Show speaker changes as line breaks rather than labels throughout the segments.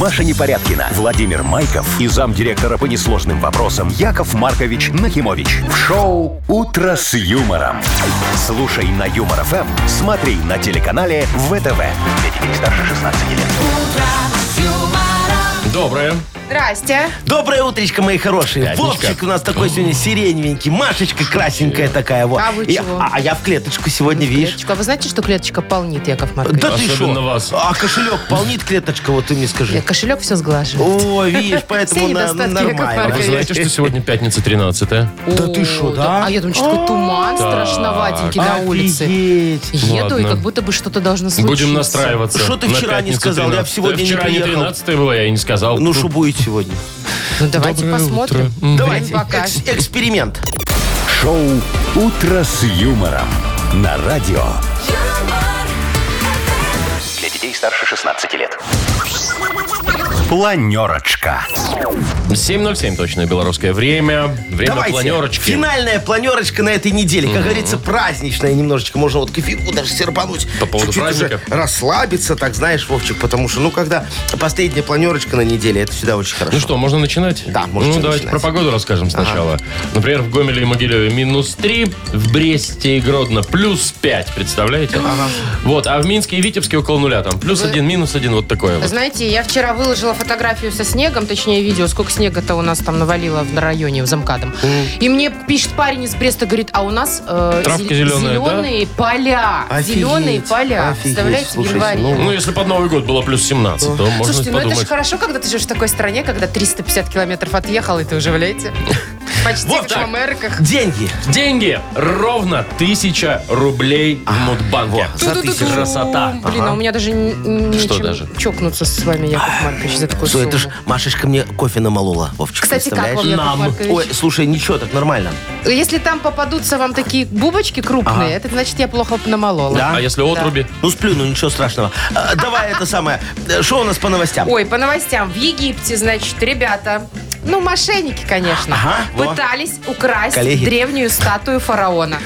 Маша Непорядкина, Владимир Майков и замдиректора по несложным вопросам Яков Маркович Нахимович. В шоу «Утро с юмором». Слушай на Юмор ФМ, смотри на телеканале ВТВ. Для детей старше 16 лет.
Доброе.
Здрасте.
Доброе утречко, мои хорошие.
Пятничка.
Вовчик у нас такой сегодня сиреневенький. Машечка красенькая такая вот.
А вы
И-
чего?
а- а я в клеточку сегодня, видишь?
Клеточка. А вы знаете, что клеточка полнит, Яков Маркович?
Да ты
Особенно
шо?
вас.
А кошелек полнит клеточка, вот ты мне
Я
скажи.
кошелек все сглаживает.
О, видишь, поэтому
Все
на-
недостатки Якова
А
нормально.
вы
Маркович.
знаете, что сегодня пятница 13
Да
О,
ты шо, да?
А я думаю, что такой туман
Так.
страшноватенький на улице.
Офигеть.
Еду, и
Ладно.
как будто бы что-то должно случиться.
Будем настраиваться.
Что ты
на
вчера не
пятницу
сказал? Я
13-е.
сегодня не
Вчера не
приехал.
13 было, я и не сказал.
Ну, что будет сегодня?
Ну, давайте
Доброе
посмотрим.
утро. Мгм.
Давайте.
Экс- эксперимент.
Шоу «Утро с юмором» на радио. Для детей старше 16 лет. Планерочка.
7.07 точное белорусское время. Время
Давайте.
планерочки.
Финальная планерочка на этой неделе. Как говорится, праздничная немножечко. Можно вот кофейку даже серпануть.
По поводу
Чуть-чуть уже
праздника.
расслабиться, так знаешь, Вовчик. Потому что, ну, когда последняя планерочка на неделе, это всегда очень хорошо.
Ну что, можно начинать?
Да, можете
Ну, давайте
начинать.
про погоду расскажем сначала. Например, в Гомеле и Могилеве минус 3, в Бресте и Гродно плюс 5, представляете? Вот, а в Минске и Витебске около нуля там. Плюс
Вы-
1, минус 1, вот такое вот.
Знаете, я вчера выложила фотографию со снегом, точнее видео, сколько снега-то у нас там навалило в районе, в замкадом. И мне пишет парень из Бреста, говорит, а у нас э,
Травка зеленая,
зеленые поля.
Офигеть,
зеленые поля.
офигеть,
Представляете, в
слушайте,
январе.
ну,
Ну, если под Новый год было плюс 17, то можно
Слушайте, ну это же
подумать.
хорошо, когда ты живешь в такой стране, когда 350 километров отъехал, и ты уже в лете. Почти
Вот
в
так.
Америках.
Деньги.
Деньги ровно 1000 рублей
А,
в Мудбанке.
За тысячу.
Красота.
Блин, а у меня даже н-
Что
нечем
даже?
чокнуться с вами, Яков Маркович, за такую
Что, это ж
сумму.
Машечка мне кофе намолола, Вовчик,
Кстати, как
представляешь?
вам, Яков
Нам.
Маркович?
Ой, слушай, ничего, так нормально.
Если там попадутся вам такие бубочки крупные, это значит, я плохо намолола.
Да?
А если отруби?
Ну, сплю, ну ничего страшного. А, давай это самое. э, Что у нас по новостям?
Ой, по новостям. В Египте, значит, ребята... Ну, мошенники, конечно.
Ага, во.
пытались украсть
Коллеги.
древнюю статую фараона.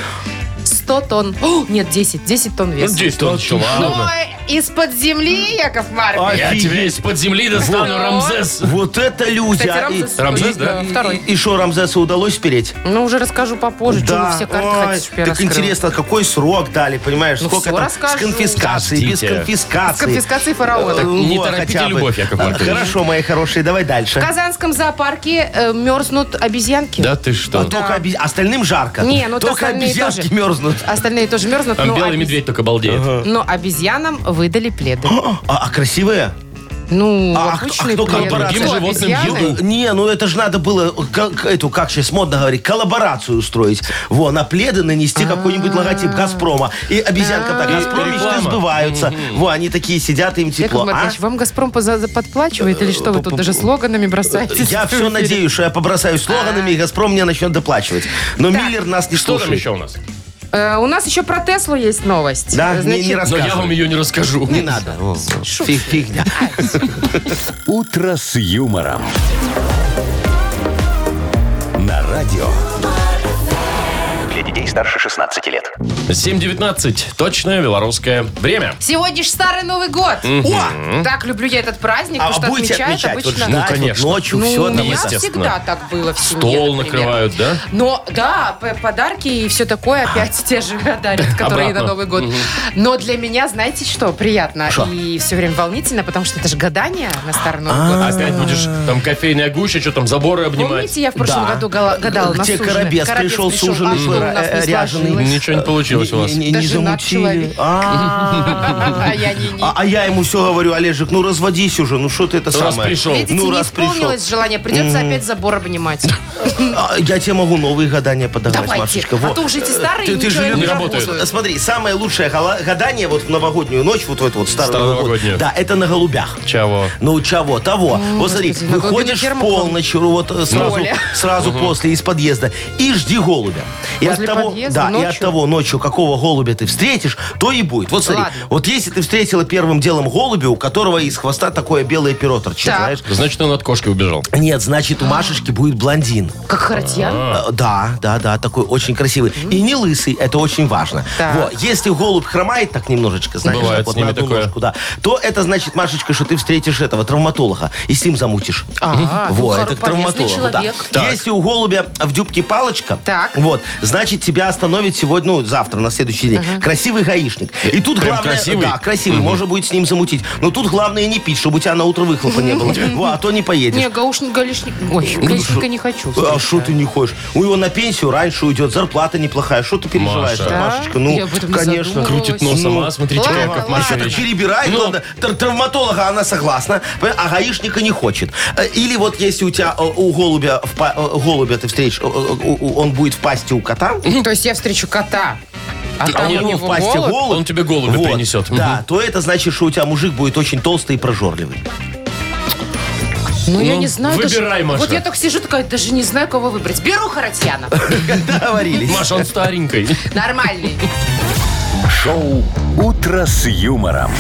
100 тонн. О, нет, 10. 10 тонн
Ну,
веса.
10 он еще,
Но
Ну,
ладно.
из-под земли, Яков
а
Маркович.
Я тебя из-под земли достану, Рамзес.
Вот это люди.
Кстати,
а, и-
Рамзес,
Рамзес,
э,
да?
второй.
И что, Рамзесу удалось спереть?
Ну, уже расскажу попозже, что вы все карты
Ой,
хотите, чтобы я
Так
раскрыла.
интересно, какой срок дали, понимаешь?
Ну,
Сколько
всё
там
расскажу.
с конфискацией, без
Подождите.
конфискации.
С конфискацией фараона.
Э,
не
вот,
торопите
хотя бы.
любовь, Яков
А,
Маркович.
Хорошо, мои хорошие, давай
В
дальше.
Казанском зоопарке э, мерзнут обезьянки.
Да ты
А
что?
Только оби- остальным жарко.
Не, ну,
Только
остальные
обезьянки
тоже.
мерзнут.
Остальные тоже мерзнут.
Там
ну, а
но
белый
обез-
медведь только балдеет.
Но обезьянам выдали пледы.
А, а красивые?
Ну,
А, а кто-
обычные
а кто
пледы.
корпорации?
Что,
Другим животным
обезьяны?
еду.
Не, ну это же надо было, как, эту, как сейчас модно говорить, коллаборацию устроить. Во, на пледы нанести какой-нибудь логотип «Газпрома». И обезьянка так,
И
«Газпром» мечты
реклама.
сбываются. Во, они такие сидят, им
Яков
тепло. А?
Маркович, вам «Газпром» поза- за- подплачивает или что? Вы тут даже слоганами бросаетесь?
Я все надеюсь, что я побросаю слоганами, и «Газпром» мне начнет доплачивать. Но
А. Так.
Миллер нас не
Что там
слушает.
еще у нас?
Э, У нас еще про Теслу есть новость.
Да, не-
Значит,
не
Но я вам
рассказывай.
ее не расскажу.
Не надо. О, фиг- Фигня.
«Утро с юмором». На радио. Для детей старше 16 лет.
7.19. Точное белорусское время.
Сегодня ж Старый Новый год. О, так люблю я этот праздник,
А
потому что
будете
отмечают
отмечать? Вот
обычно...
ждать, вот
конечно.
ночью
Ну,
все
у меня
естественно.
всегда так было в семье.
Стол
например.
накрывают, да?
Но, да, п- подарки и все такое опять те же дарят, которые
Обратно.
на Новый год. Но для меня, знаете что, приятно и все время волнительно, потому что это же гадание на Старый Новый
А,
год.
А Опять будешь там кофейная гуща, что там заборы обнимать.
Помните, я в прошлом
Да.
году гала- гадала на
Где
суженое?
Коробец пришел с ужином,
а что у нас не
э, ряженый?
сложилось?
Ничего не получилось у вас.
Не, не- не
Да женат
замутили.
человек.
А.
А я не... не-
А, а я ему все говорю, Олежек, ну разводись уже, ну что ты это
Раз
самое.
пришел.
Видите,
ну,
не
раз пришел.
исполнилось желание. Придется опять забор обнимать.
А, я тебе могу новые гадания подавать,
Давайте.
Машечка.
А
вот.
то уже эти старые
Ты- ты
ничего
же
не
любишь-
работает.
работают.
Э, Смотри, самое лучшее гала- гадание вот в новогоднюю ночь, вот в эту вот старую
Староновогоднюю.
Да, это на голубях.
Чего?
Ну, чего, того. вот смотри,
господи, на
выходишь
глубине
в
термопола.
полночь, вот э, сразу,
Поле.
сразу после из подъезда, и жди голубя. И
Возле
от того,
подъезда
да, и
ночью?
от того ночью, какого голубя ты встретишь, то и будет. Вот смотри,
Ладно.
вот если ты встретила первым делом голубя, у которого из хвоста такое белое перо торчит,
Так.
знаешь?
Значит, он от кошки убежал.
Нет, значит, у Машечки будет блондин.
Как Харатьян?
А.
Э, Да, да, да, такой очень красивый. И не лысый, это очень важно.
Так.
Вот, если голубь хромает так немножечко, знаешь,
Бывает
так вот
с ними
на одну
такое.
ножку, да, то это значит, Машечка, что ты встретишь этого травматолога и с ним замутишь.
А, ну,
вот,
хоро-
это к
полезный
травматологу, да.
человек.
Если у голубя в дюбке палочка,
Так.
вот, значит, тебя остановит сегодня, ну, завтра, на следующий день, красивый гаишник. И тут
Прям
главное...
красивый?
Да, красивый, можно будет с ним замутить. Но тут главное не пить, чтобы у тебя на утро выхлопа не было. Во, а то не поедешь.
Не, гаушник, галишник... Ой, гаишника не хочу.
Ну, А что ты не хочешь? У него на пенсию раньше уйдет, зарплата неплохая. Что ты переживаешь, так,
Маша.
Да?
Машечка? Ну,
Я об этом не
конечно.
задумывалась.
Крутит носом,
Ну,
а? Смотрите,
ладно,
Яков
ладно.
Она
Маркович.
перебирает,
Ну.
ладно. Тр- Травматолога она согласна, понимаешь, а гаишника не хочет. Э, Или вот если у тебя э, у голубя, в па- э, голубя ты встретишь, э, э, у- у- он будет в пасти у кота,
То есть я встречу кота, а
а
там
у
у
него в
него
пасти
голубь?
голубь.
Он тебе голубя принесет.
Да, то это значит, что у тебя мужик будет очень толстый и прожорливый.
Ну, я
Ну,
не знаю.
выбирай,
даже...
Маша.
Вот я так сижу такая, даже не знаю, кого выбрать. Беру Харатьяна.
Договорились.
Маша, он старенький.
Нормальный.
Шоу «Утро с юмором».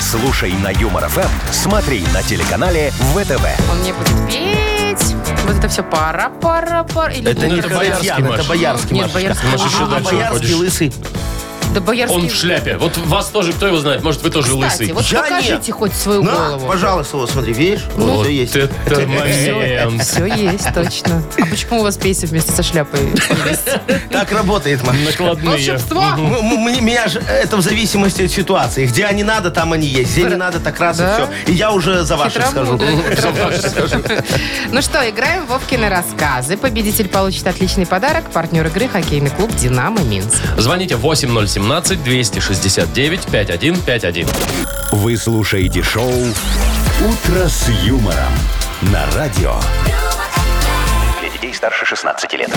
Слушай на Юмор ФМ, смотри на телеканале ВТВ.
Он мне будет петь. Вот это все пара, пара, пара. Или
Ну, Это не
это боярский,
Харатьян, это
Маша.
боярский,
Нет,
Машечка.
боярский.
Маша, еще
А,
дальше
боярский
уходишь.
лысый.
Да боярский.
Он в шляпе. Вот вас тоже, кто его знает, может, вы тоже
Кстати,
лысый.
вот
Я
покажите
нет.
хоть свою
На,
голову. Ну,
пожалуйста, вот смотри, видишь?
Вот
всё есть.
это момент.
Все есть, точно. А почему у вас пейсы вместе со шляпой?
Так работает, Маша.
Накладные.
Волшебство!
М- м- м- Меня же это в зависимости от ситуации. Где они надо, там они есть. Где не надо, так раз и
Да?
все. И я уже за ваших схожу.
Хитромудрый. Ну что, играем в Вовкины рассказы. Победитель получит отличный подарок. Партнер игры хоккейный клуб «Динамо Минск».
Звоните 8017-269-5151.
Вы слушаете шоу «Утро с юмором» на радио. Для детей старше 16 лет.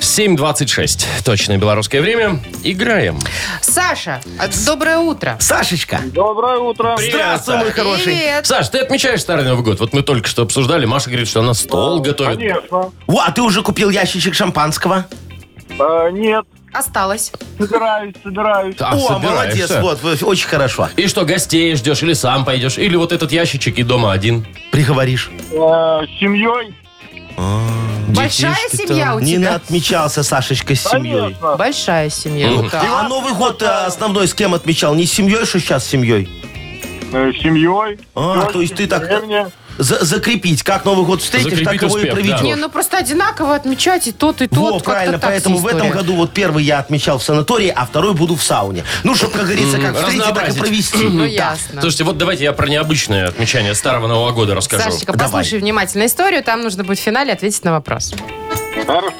7.26. Точное белорусское время. Играем.
Саша, а, доброе утро.
Сашечка,
Доброе утро.
здравствуй, мой хороший.
Привет.
Саш, ты отмечаешь Старый Новый год? Вот мы только что обсуждали. Маша говорит, что она стол готовит.
Конечно.
О, а ты уже купил ящичек шампанского?
Э, нет,
Осталось.
собираюсь, собираюсь.
А,
О, молодец,
собираешься.
вот, вот, очень хорошо.
И что, гостей ждешь или сам пойдешь? Или вот этот ящичек и дома один?
Приговоришь.
Э, с семьей.
Большая
Детишки
семья
там.
у
Не
тебя?
отмечался Сашечка с семьей.
Конечно.
Большая семья. Так.
А Новый год э, основной с кем отмечал? Не с семьей, что сейчас с семьей?
Э, с семьей.
А,
Тёщей,
то есть ты так-
деревне.
За- закрепить. Как Новый год встретишь,
Закрепить
так его и
успех, да.
проведешь.
Не, ну просто одинаково отмечать и тот, и тот.
Во,
Как-то
правильно,
так
поэтому
вся
в этом
история.
году вот первый я отмечал в санатории, а второй буду в сауне. Ну, чтобы, как говорится, как встретить, так и
разнообразить.
провести.
Ну,
Да.
ясно.
Слушайте, вот давайте я про необычное отмечание Старого Нового года расскажу.
Сашечка,
Давай.
послушай внимательно историю. Там нужно будет в финале ответить на вопрос.
Хорошо.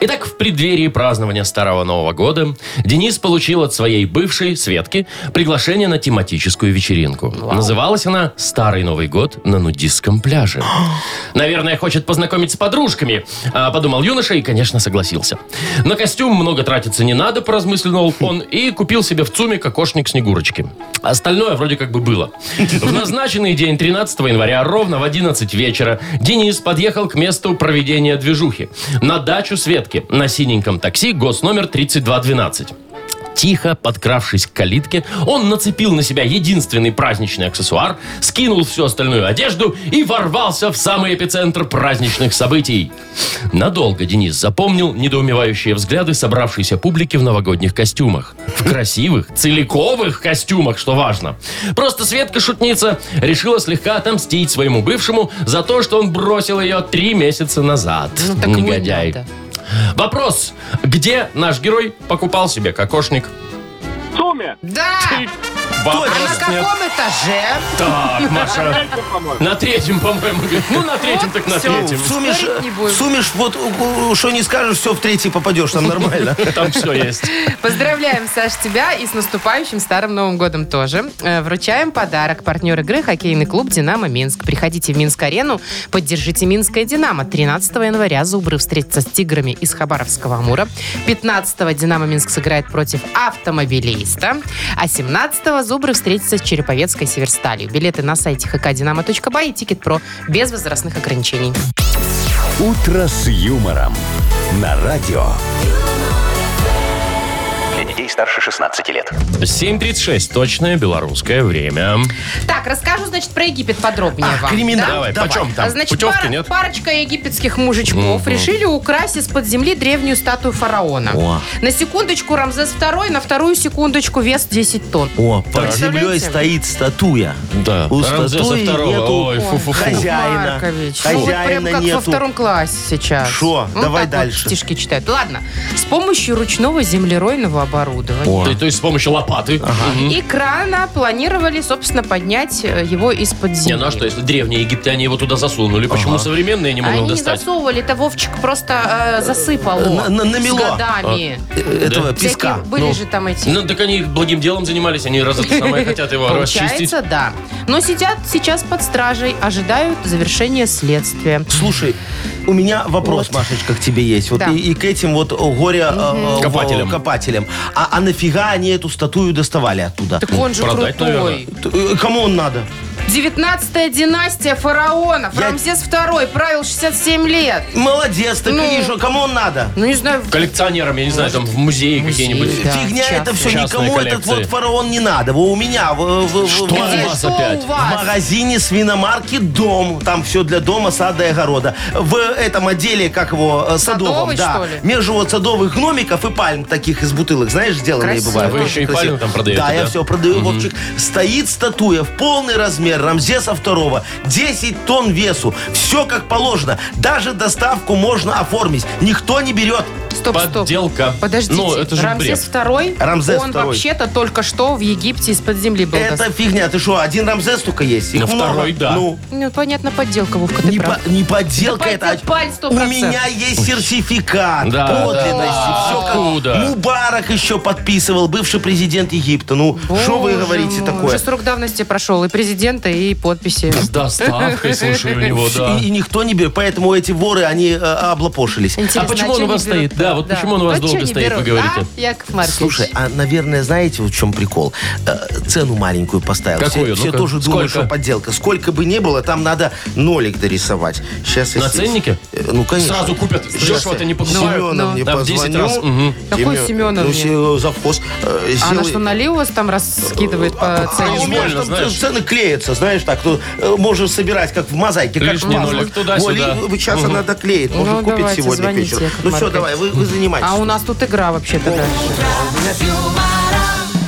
Итак, в преддверии празднования Старого Нового года Денис получил от своей бывшей Светки приглашение на тематическую вечеринку. Называлась она «Старый Новый год на нудистском пляже». Наверное, хочет познакомиться с подружками, а, подумал юноша и, конечно, согласился. На костюм много тратиться не надо, поразмыслил он, и купил себе в ЦУМе кокошник Снегурочки. Остальное вроде как бы было. В назначенный день, 13 января, ровно в 11 вечера, Денис подъехал к месту проведения движухи. На дачу Светки на синеньком такси гос номер 3212. Тихо, подкравшись к калитке, он нацепил на себя единственный праздничный аксессуар, скинул всю остальную одежду и ворвался в самый эпицентр праздничных событий. Надолго Денис запомнил недоумевающие взгляды собравшейся публики в новогодних костюмах. В красивых, целиковых костюмах, что важно. Просто Светка-шутница решила слегка отомстить своему бывшему за то, что он бросил ее три месяца назад.
Ну, так ему и
Негодяй.
надо.
Вопрос. Где наш герой покупал себе кокошник?
В сумме.
Да! А на
Вопрос нет.
каком этаже?
Так, Маша. На третьем, по-моему. говорит. Ну, на третьем, так на
всё.
третьем.
Сумишь,
Спорить не будем.
сумишь, вот у- у- что не скажешь, все в третий попадешь, там нормально.
Там все есть.
Поздравляем, Саш, тебя и с наступающим Старым Новым Годом тоже. Э, Вручаем подарок. Партнер игры хоккейный клуб «Динамо Минск». Приходите в Минск-арену, поддержите «Минское Динамо». 13 января «Зубры» встретятся с «Тиграми» из Хабаровского Амура. 15 «Динамо Минск» сыграет против «Автомобилиста». А 17 «Зубры» встретятся с «Череповецкой Северсталью». Билеты на сайте хкдинамо.бай и «Тикет.Про» без возрастных ограничений.
«Утро с юмором» на радио. Для детей старше 16 лет.
7.36, точное белорусское время.
Так, расскажу, значит, про Египет подробнее вам.
криминал.
да?
Давай,
давай.
почем там?
А, Значит,
Путевки
пара-
нет?
парочка египетских мужичков решили украсть из-под земли древнюю статую фараона.
О.
На секундочку Рамзес II, на вторую секундочку вес 10 тонн.
О, под землей
Представляете?
стоит статуя.
Да,
У
Рамзеса
статуи
второго.
нету
Ой, фу-фу-фу.
хозяина.
Маркович, ну вот прям
Хозяина
как во
нету.
втором классе сейчас. Ну,
Шо? Давай
так вот
дальше.
стишки читают. Ладно. С помощью ручного землеройного оборудования
То, то есть с помощью лопаты. Мгм.
и крана планировали, собственно, поднять э, его из-под земли.
Не, ну а что, если древние египтяне его туда засунули, почему современные не могут
Они не
достать?
засовывали, это Вовчик просто э, засыпал.
На- на- намело.
С годами.
Э, Этого песка.
Всякие были
Ну,
же там эти.
А, Ну, так они благим делом занимались, они раз это самое хотят его расчистить.
Получается, да. Но сидят сейчас под стражей, ожидают завершения следствия.
Слушай, у меня вопрос, Машечка, к тебе есть. Вот
Да.
и, и к этим вот о, горе э, э,
Копателям.
в- копателям. А, а нафига они эту статую доставали оттуда?
Так он же
продать,
крутой.
Т- э, Кому он надо?
19 династия фараонов.
Я-
Рамзес II правил 67 лет.
Молодец, так
Ну.
и что, кому он надо?
Ну, не знаю, в-
Коллекционерам, я не знаю, там в музее какие-нибудь.
Да,
Фигня это
частные.
все,
Частные
никому этот
коллекции.
вот фараон не надо. Во, У меня в, в- в-
Что
в-
у
где,
вас
что
опять?
у
в
вас?
магазине свиномарки «Дом». Там все для дома, сада и огорода. В этом отделе, как его, э, садовом.
Садовый,
да.
что ли?
Между вот садовых гномиков и пальм таких из бутылок, знаешь, сделанные
Красиво.
бывают.
Вы еще и
Красиво.
пальмы там продаете,
Да, я
да?
все продаю, Вовчик. Стоит статуя в полный размер Рамзеса второго. 10 тонн весу. Все как положено. Даже доставку можно оформить. Никто не берет.
Стоп,
Подделка.
стоп. Подождите,
Ну, это же
Рамзес
бред.
второй,
Рамзес
он
второй.
вообще-то только что в Египте из-под земли был.
Это
достан-
фигня. Ты что, один Рамзес только есть? Их
На
много.
второй, да.
Ну,
Ну, понятно, подделка, Вовка, ты
не,
прав.
по- не подделка
Да
это. а-
поддель-
У
100%.
меня есть сертификат
Да, да,
подлинности.
да.
Все как
Откуда?
Мубарак еще подписывал, бывший президент Египта. Ну, что вы
Боже
говорите
мой,
такое?
Уже срок давности прошел и президента, и подписи.
С доставкой, слушай, у него, да.
И, и никто не берет. Поэтому эти воры, они э, облапошились.
Интересно,
А почему он
чё
у вас
не берут?
стоит? Да, вот почему он у вас
А чё
долго
не
стоит, вы
берут, а,
говорите?
Яков Маркович.
Слушай, а, наверное, знаете, вот в чем прикол? Э, Цену маленькую поставил.
Какую?
Все, все
Ну-ка.
тоже думают,
Сколько?
что подделка. Сколько бы ни было, там надо нолик дорисовать. Сейчас я
На
здесь-
ценнике?
Э, Ну, конечно.
Сразу купят.
Сейчас
Дешево-то
я
не покупают.
Семеновне
Ну,
да, в 10
позвоню.
раз, мгм.
Какой
Семен-
Семеновне?
Ну, се- завхоз. э,
а она
сделай-
что, налево вас там раскидывает по
А у
не
цене?
меня
больно,
ж там
знаешь.
цены клеятся, знаешь, так, ну, э, можешь собирать, как в мозаике, как
Лишний
в масло.
нолик туда-сюда.
О, ли- вы э, сейчас она доклеит,
Ну,
может, купит
давайте,
сегодня
звоните,
вечером.
Яков
Ну все,
Маркович.
давай, вы, вы занимайтесь.
А у нас тут игра вообще-то дальше.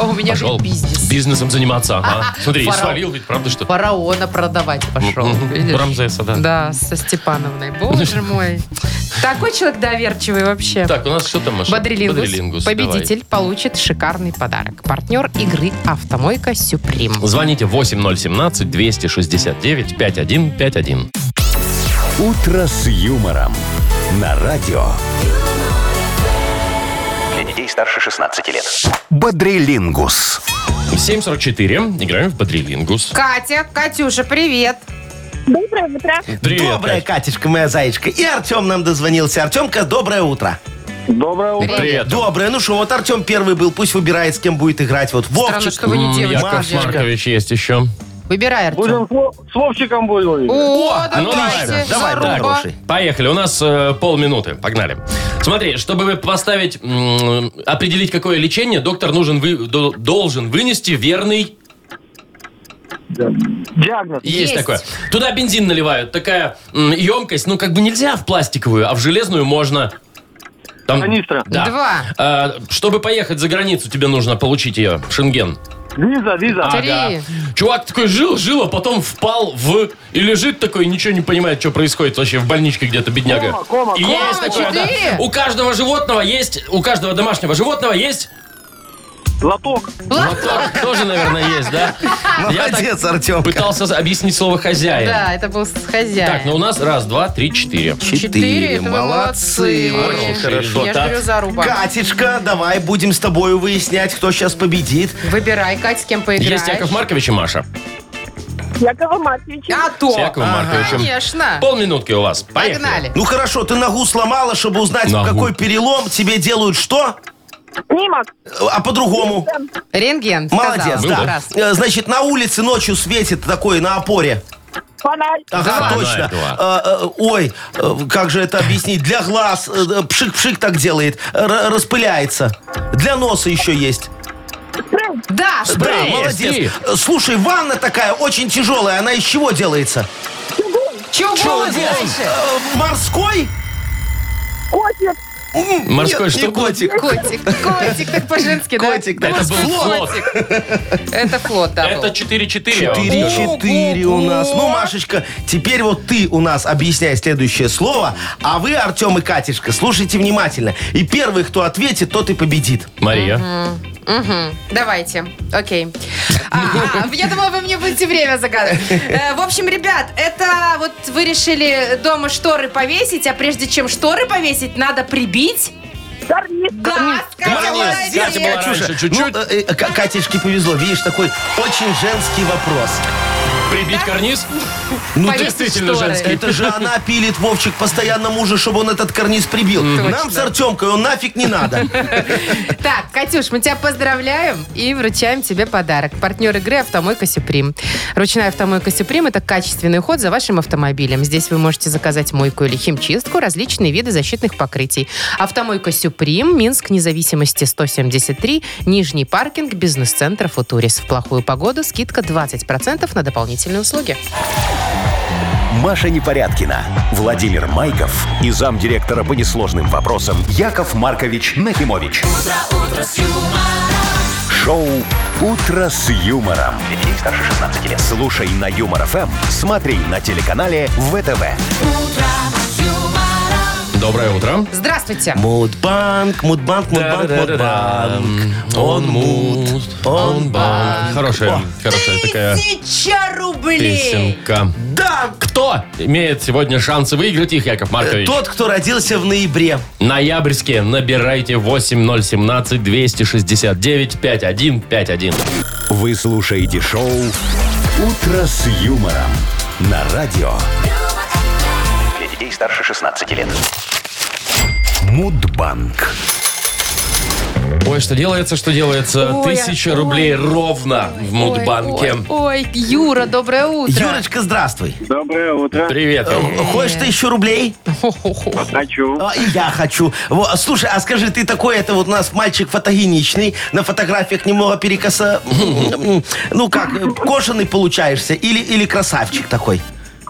О, у меня
Пошел
же бизнес.
бизнесом заниматься, ага. Смотри, и
Фараон.
свалил ведь, правда, что?
Фараона продавать пошел. видишь?
Рамзеса, да.
Да, со Степановной. Боже мой. Такой человек доверчивый вообще.
Так, у нас что там, Маша?
Бодрилингус,
давай.
победитель, получит шикарный подарок. Партнер игры «Автомойка Сюприм».
Звоните 8017-269-5151.
Утро с юмором на радио.
Для детей старше 16 лет.
Бодрилингус.
7.44. Играем в Бодрилингус.
Катя, Катюша, привет.
Доброе утро.
Привет,
Добрая
Кать.
Катюшка, моя зайчка. И Артем нам дозвонился. Артемка, доброе утро.
Доброе утро.
Привет.
Доброе. Ну что, вот Артем первый был, пусть выбирает, с кем будет играть. Вот
Странно,
Вовчик.
что вы не
М,
девочка.
Яков
Машечка.
Маркович есть еще.
Выбирай, Артем.
Будем с Вов- с Вовчиком будем.
О,
ну
давайте,
давай,
давай,
заруба.
хороший.
Поехали, у нас э, полминуты, погнали. Смотри, чтобы поставить, м, определить, какое лечение, доктор нужен вы, до- должен вынести верный...
Диагноз.
Есть,
Есть.
такое. Туда бензин наливают, такая м, емкость, ну как бы нельзя в пластиковую, а в железную можно... Там,
Канистра.
Да.
Два.
А, чтобы поехать за границу, тебе нужно получить ее, Шенген.
Виза, виза.
Три.
Ага. Чувак такой жил-жил, а потом впал в... И лежит такой, ничего не понимает, что происходит вообще в больничке где-то, бедняга.
А,
Кома, кома,
И
кома.
есть такое, да.
четыре.
У каждого животного есть... У каждого домашнего животного есть...
Лоток.
Мотор тоже, наверное, есть, да? Я так
Молодец, Артем.
пытался объяснить слово «хозяин».
Да, это был хозяин.
Так, ну у нас раз, два, три, четыре.
Четыре, это вы молодцы.
Очень хорошо.
Я ж
Так.
говорю, заруба.
Катечка, давай будем с тобой выяснять, кто сейчас победит.
Выбирай, Кать, с кем поиграешь.
Есть Яков Маркович и Маша.
Якова Матвеевича.
А
С
то.
Яковом Марковичем.
Конечно.
Полминутки у вас. Поехали.
Погнали.
Ну хорошо, ты ногу сломала, чтобы узнать,
Ногу.
в какой перелом тебе делают что,
Снимок.
а по-другому.
Рентген. сказала.
Молодец,
Ну
да.
да.
Раз.
Э, Значит, на улице ночью светит такой на опоре.
Фонарь.
Ага,
Фонарь
точно.
два.
Э, э, Ой, э, как же это объяснить? Для глаз э, э, пшик-пшик так делает, р- распыляется. Для носа еще есть.
Спрей.
Да,
Да,
Спрей,
спрей.
молодец.
спрей.
Э, Слушай, ванна такая очень тяжелая, она из чего делается?
Чего
Чего делаем?
дальше?
Э, Морской?
Котик.
М,
Морской
нет, не
что?
котик.
Котик, котик, так по-женски, да?
Котик, да.
Вот
Это был флот.
котик. Это флот, да, был.
Это 4-4. я вам скажу.
4-4 у нас. Ну, Машечка, теперь вот ты у нас объясняй следующее слово, а вы, Артем и Катюшка, слушайте внимательно. И первый, кто ответит, тот и победит.
Мария.
Мгм. Давайте. Окей. А, а, я думала, вы мне будете время загадывать. Э, в общем, ребят, это вот вы решили дома шторы повесить, а прежде чем шторы повесить, надо прибить.
Карниз.
Да, Катя,
Молодец,
молодец.
Катя была раньше чуть-чуть.
Ну, э, э, К- Катюшке повезло. Видишь, такой очень женский вопрос.
Прибить карниз?
Ну,
Повесить
действительно
шторы.
женский.
Это же она пилит Вовчик постоянно мужа, чтобы он этот карниз прибил. Нам с
Точно.
Артемкой он нафиг не надо.
Так, Катюш, мы тебя поздравляем и вручаем тебе подарок. Партнер игры «Автомойка Сюприм». Ручная «Автомойка Сюприм» — это качественный уход за вашим автомобилем. Здесь вы можете заказать мойку или химчистку, различные виды защитных покрытий. «Автомойка Сюприм», Минск, независимости 173, Нижний паркинг, бизнес-центр «Футурис». В плохую погоду скидка 20% на дополнительные услуги.
Маша Непорядкина, Владимир Майков и замдиректора по несложным вопросам Яков Маркович Нахимович. Шоу Утро с юмором. Детей старше 16 лет. Слушай на юмор ФМ, смотри на телеканале ВТВ.
Доброе утро.
Здравствуйте.
Мудбанк, мудбанк, мудбанк, мудбанк. Он муд, он банк.
Хорошая, хорошая такая
Тысяча рублей!
песенка.
Да, Э,
Кто имеет сегодня шансы выиграть их, Яков Маркович?
тот, кто родился в ноябре.
Ноябрьские набирайте 8017-269-5151.
Вы слушаете шоу Утро с юмором на радио
Для детей старше 16 лет.
Мудбанк.
Ой, что делается, что делается.
Ой,
Тысяча
ой.
рублей ровно в Мудбанке.
Ой, ой, ой, Юра, доброе утро.
Юрочка, здравствуй.
Доброе утро.
Привет.
Хочешь ты еще рублей?
Хочу.
А, и я хочу. Во, слушай, а скажи, ты такой, это вот у нас мальчик фотогеничный, на фотографиях немного перекоса... Ну как, э, кошеный получаешься или, или красавчик такой?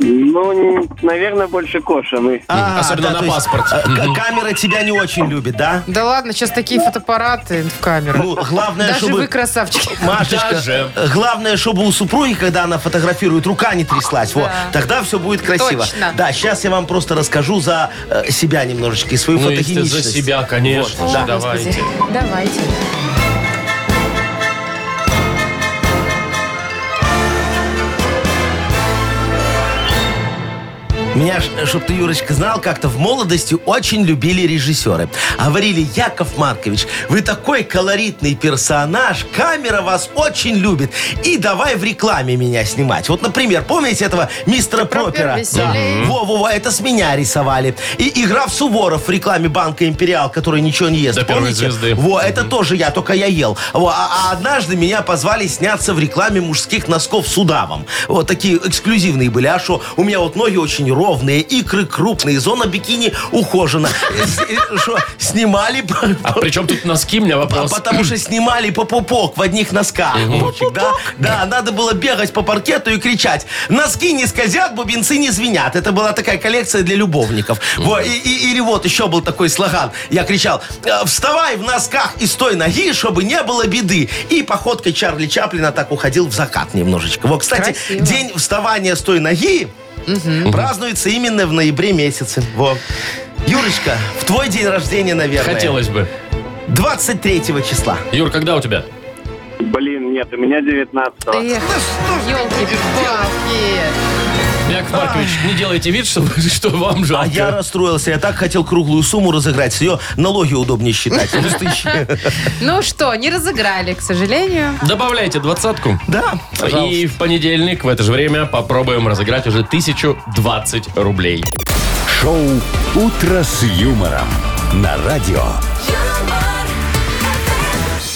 Ну, н- наверное, больше кошаны.
А,
Особенно на
то есть,
паспорт.
э, к- Камера тебя не очень любит, да?
Да ладно, сейчас такие фотоаппараты в камеру.
Ну, главное,
Даже вы
чтобы...
красавчики.
Машечка,
Даже.
э, главное, чтобы у супруги, когда она фотографирует, рука не тряслась. Вот, тогда все будет красиво.
Точно.
Да, сейчас я вам просто расскажу за э, себя немножечко и свою
Ну, если
фотогеничность.
за себя, конечно
Вот,
же,
да.
давайте.
Давайте.
Меня, чтобы ты, Юрочка, знал, как-то в молодости очень любили режиссеры. Говорили, Яков Маркович, вы такой колоритный персонаж, камера вас очень любит. И давай в рекламе меня снимать. Вот, например, помните этого мистера
Пропер
Пропера?
веселей.
Во-во-во, это с меня рисовали. И игра в Суворов в рекламе банка «Империал», который ничего не ест.
До первой
помните?
звезды.
Во, это тоже я, только я ел. Во, а, а однажды меня позвали сняться в рекламе мужских носков с удавом. Вот такие эксклюзивные были. А что, у меня вот ноги очень ровные, икры крупные, зона бикини ухожена. С- э, шо, снимали... по-
А
по-
при чем тут носки, у меня вопрос.
А Потому что снимали по пупок в одних носках. Вовчик, Да, да, надо было бегать по паркету и кричать. Носки не скользят, бубенцы не звенят. Это была такая коллекция для любовников. Во, и- и- Или вот еще был такой слоган. Я кричал, «Э, вставай в носках из той ноги, чтобы не было беды. И походка Чарли Чаплина так уходил в закат немножечко. Вот, кстати,
Красиво.
день вставания с той ноги празднуется именно в ноябре месяце. Во. Юрочка, в твой день рождения, наверное.
Хотелось бы.
23 числа.
Юр, когда у тебя?
Блин, нет, у меня 19
Эх, елки-палки.
Яков Маркович, не делайте вид, что, что вам
А
жалко.
я расстроился. Я так хотел круглую сумму разыграть. С ее налоги удобнее считать. Плюс тысячи.
Ну что, не разыграли, к сожалению.
Добавляйте двадцатку.
Да,
И
пожалуйста.
в понедельник в это же время попробуем разыграть уже 1020 рублей.
Шоу Утро с юмором на радио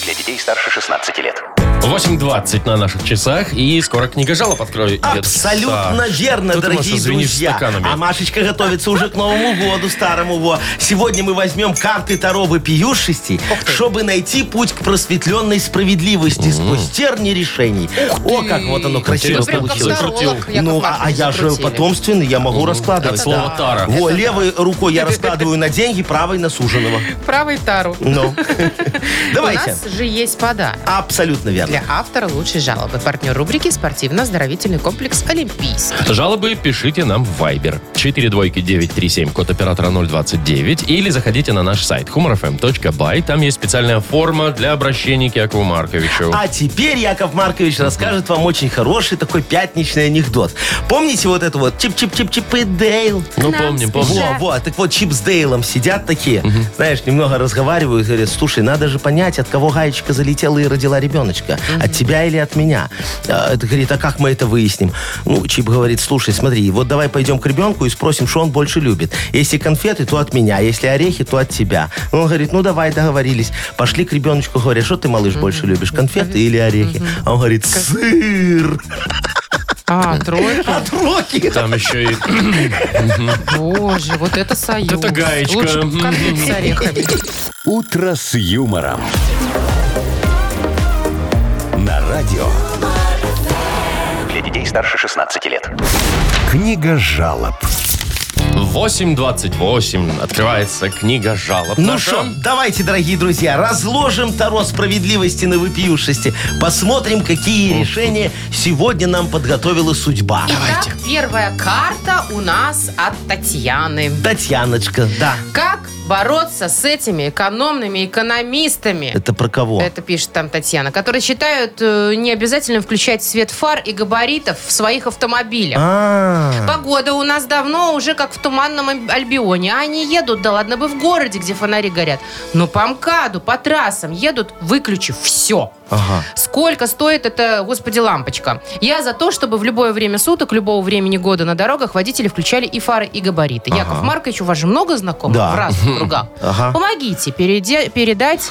Для детей старше 16 лет.
8.20 на наших часах, и скоро книга жалоб открою.
Абсолютно верно, дорогие друзья. А Машечка готовится уже к Новому году, старому. Во. Сегодня мы возьмем карты Таро Вопиюшести, чтобы найти путь к просветленной справедливости сквозь терни решений. О, как вот оно красиво
Интересно, прям как
получилось.
таролог, Яков
Ну, а, а
Маркович,
я же
закрутили.
потомственный, я могу раскладывать.
От слова
да.
тара.
Во, левой рукой я раскладываю на деньги, правой на суженого.
Правый тару.
Ну,
У
давайте.
нас же есть подарок.
Абсолютно верно.
Для автора лучшей жалобы. Партнер рубрики «Спортивно-оздоровительный комплекс Олимпийский».
Жалобы пишите нам в Viber. 42937, код оператора 029. Или заходите на наш сайт humorfm.by. Там есть специальная форма для обращения к Якову Марковичу.
А теперь Яков Маркович расскажет вам очень хороший такой пятничный анекдот. Помните вот это вот чип-чип-чип-чип и Дейл?
ну, помним, помним.
Во, во, так вот, Чип с Дейлом сидят такие, знаешь, немного разговаривают, говорят, слушай, надо же понять, от кого гаечка залетела и родила ребеночка, от тебя или от меня. А, Это говорит, а как мы это выясним? Ну, Чип говорит, слушай, смотри, вот давай пойдем к ребенку и спросим, что он больше любит. Если конфеты, то от меня, если орехи, то от тебя. Он говорит, ну давай, договорились. Пошли к ребеночку, говорят, что ты, малыш, больше любишь, конфеты или орехи? А он говорит, сыр.
А, тройки.
От Рокки.
Там еще и...
Боже, вот это союз.
Вот это гаечка.
Лучше бы конфет с орехами.
«Утро с юмором». На радио.
Для детей старше 16 лет.
Книга жалоб.
8.28. Открывается книга жалоб.
Ну
наша.
что, давайте, дорогие друзья, разложим Таро справедливости на выпиюшести. Посмотрим, какие решения сегодня нам подготовила судьба.
Итак, первая карта у нас от Татьяны.
Татьяночка, да.
Как бороться с этими экономными экономистами?
Это про кого?
Это пишет там Татьяна, которые считают э, необязательным включать свет фар и габаритов в своих автомобилях.
А,
Погода у нас давно уже как в туманном Альб- Альбионе. А Они едут, да ладно бы в городе, где фонари горят. Но по МКАДу, по трассам едут, выключив все.
ага.
Сколько стоит эта, господи, лампочка? Я за то, чтобы в любое время суток, любого времени года на дорогах водители включали и фары, и габариты. Яков Маркович, у вас же много знакомых
Да.
в разных кругах.
Ага.
Помогите переде- передать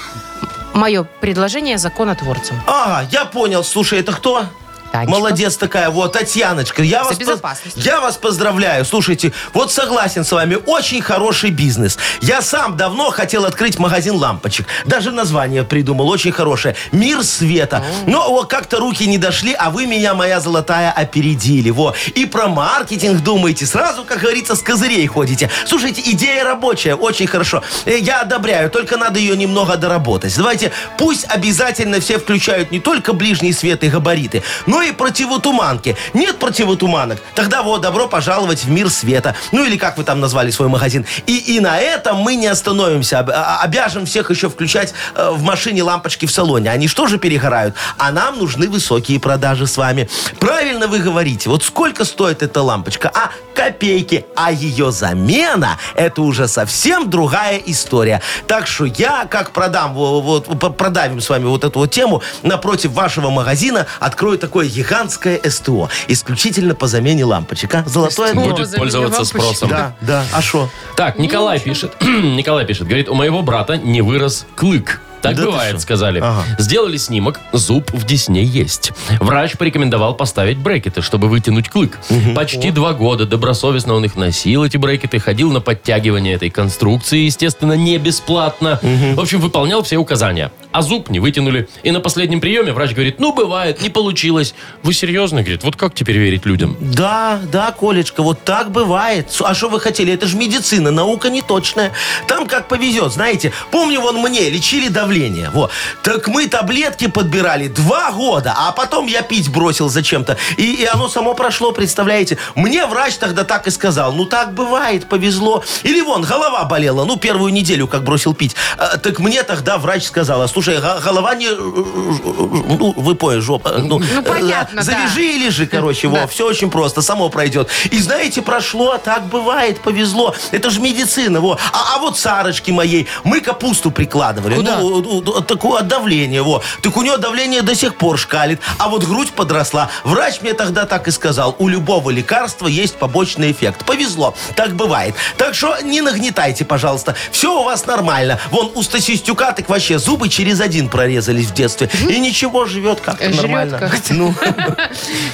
мое предложение законотворцам.
Ага, я понял. Слушай, это кто?
Танечка.
Молодец такая, вот, Татьяночка, я
За
вас, поз-
безопасность.
я вас поздравляю. Слушайте, вот согласен с вами, очень хороший бизнес. Я сам давно хотел открыть магазин лампочек. Даже название придумал, очень хорошее. «Мир света». Но о, как-то руки не дошли, а вы меня, моя золотая, опередили. Во. И про маркетинг думаете, сразу, как говорится, с козырей ходите. Слушайте, идея рабочая, очень хорошо. Э, Я одобряю, только надо ее немного доработать. Давайте, пусть обязательно все включают не только ближний свет и габариты, но и противотуманки. Нет противотуманок? Тогда вот, добро пожаловать в мир света. Ну или как вы там назвали свой магазин. И, и на этом мы не остановимся. Об- а- Обяжем всех еще включать э, в машине лампочки в салоне. Они что же перегорают? А нам нужны высокие продажи с вами. Правильно вы говорите. Вот сколько стоит эта лампочка? А копейки. А ее замена – это уже совсем другая история. Так что я, как продам, во- вот, п- продавим с вами вот эту вот тему, напротив вашего магазина открою такое гигантское СТО. Исключительно по замене лампочек. А? Золотое дно.
Будет
за
пользоваться
меня лампочка.
спросом.
Да, да. А что?
Так, Николай пишет. Николай пишет. Говорит, у моего брата не вырос клык. Так
Да ты
бывает,
что?
сказали.
Ага.
Сделали снимок, зуб в десне есть. Врач порекомендовал поставить брекеты, чтобы вытянуть клык. Почти два года добросовестно он их носил, эти брекеты, ходил на подтягивание этой конструкции, естественно, не бесплатно. В общем, выполнял все указания. А зуб не вытянули. И на последнем приеме врач говорит, ну, бывает, не получилось. Вы серьезно, говорит, вот как теперь верить людям?
Да, да, Колечка, вот так бывает. С- А что вы хотели? Это же медицина, наука неточная. Там как повезет, знаете. Помню, вон мне лечили давление. Во. Так мы таблетки подбирали два года, а потом я пить бросил зачем-то. И, и оно само прошло, представляете? Мне врач тогда так и сказал. Ну так бывает, повезло. Или вон, голова болела, ну первую неделю как бросил пить. А, так мне тогда врач сказала, слушай, га- голова не... э, Ну, вы поняли, жопа. Ну, э,
понятно, да.
Завяжи и лежи, короче, во, все очень просто, само пройдет. И знаете, прошло, а так бывает, повезло. Это же медицина, во. А, а вот Сарочке моей мы капусту прикладывали.
Куда?
Ну, у- у- у- такое от давления, во. Так у нее давление до сих пор шкалит, а вот грудь подросла. Врач мне тогда так и сказал, у любого лекарства есть побочный эффект. Повезло, так бывает. Так что не нагнетайте, пожалуйста. Все у вас нормально. Вон у Стасистюка так вообще зубы через через один прорезались в детстве. И ничего, живет как-то
Жрет
нормально.
как-то.
Ну,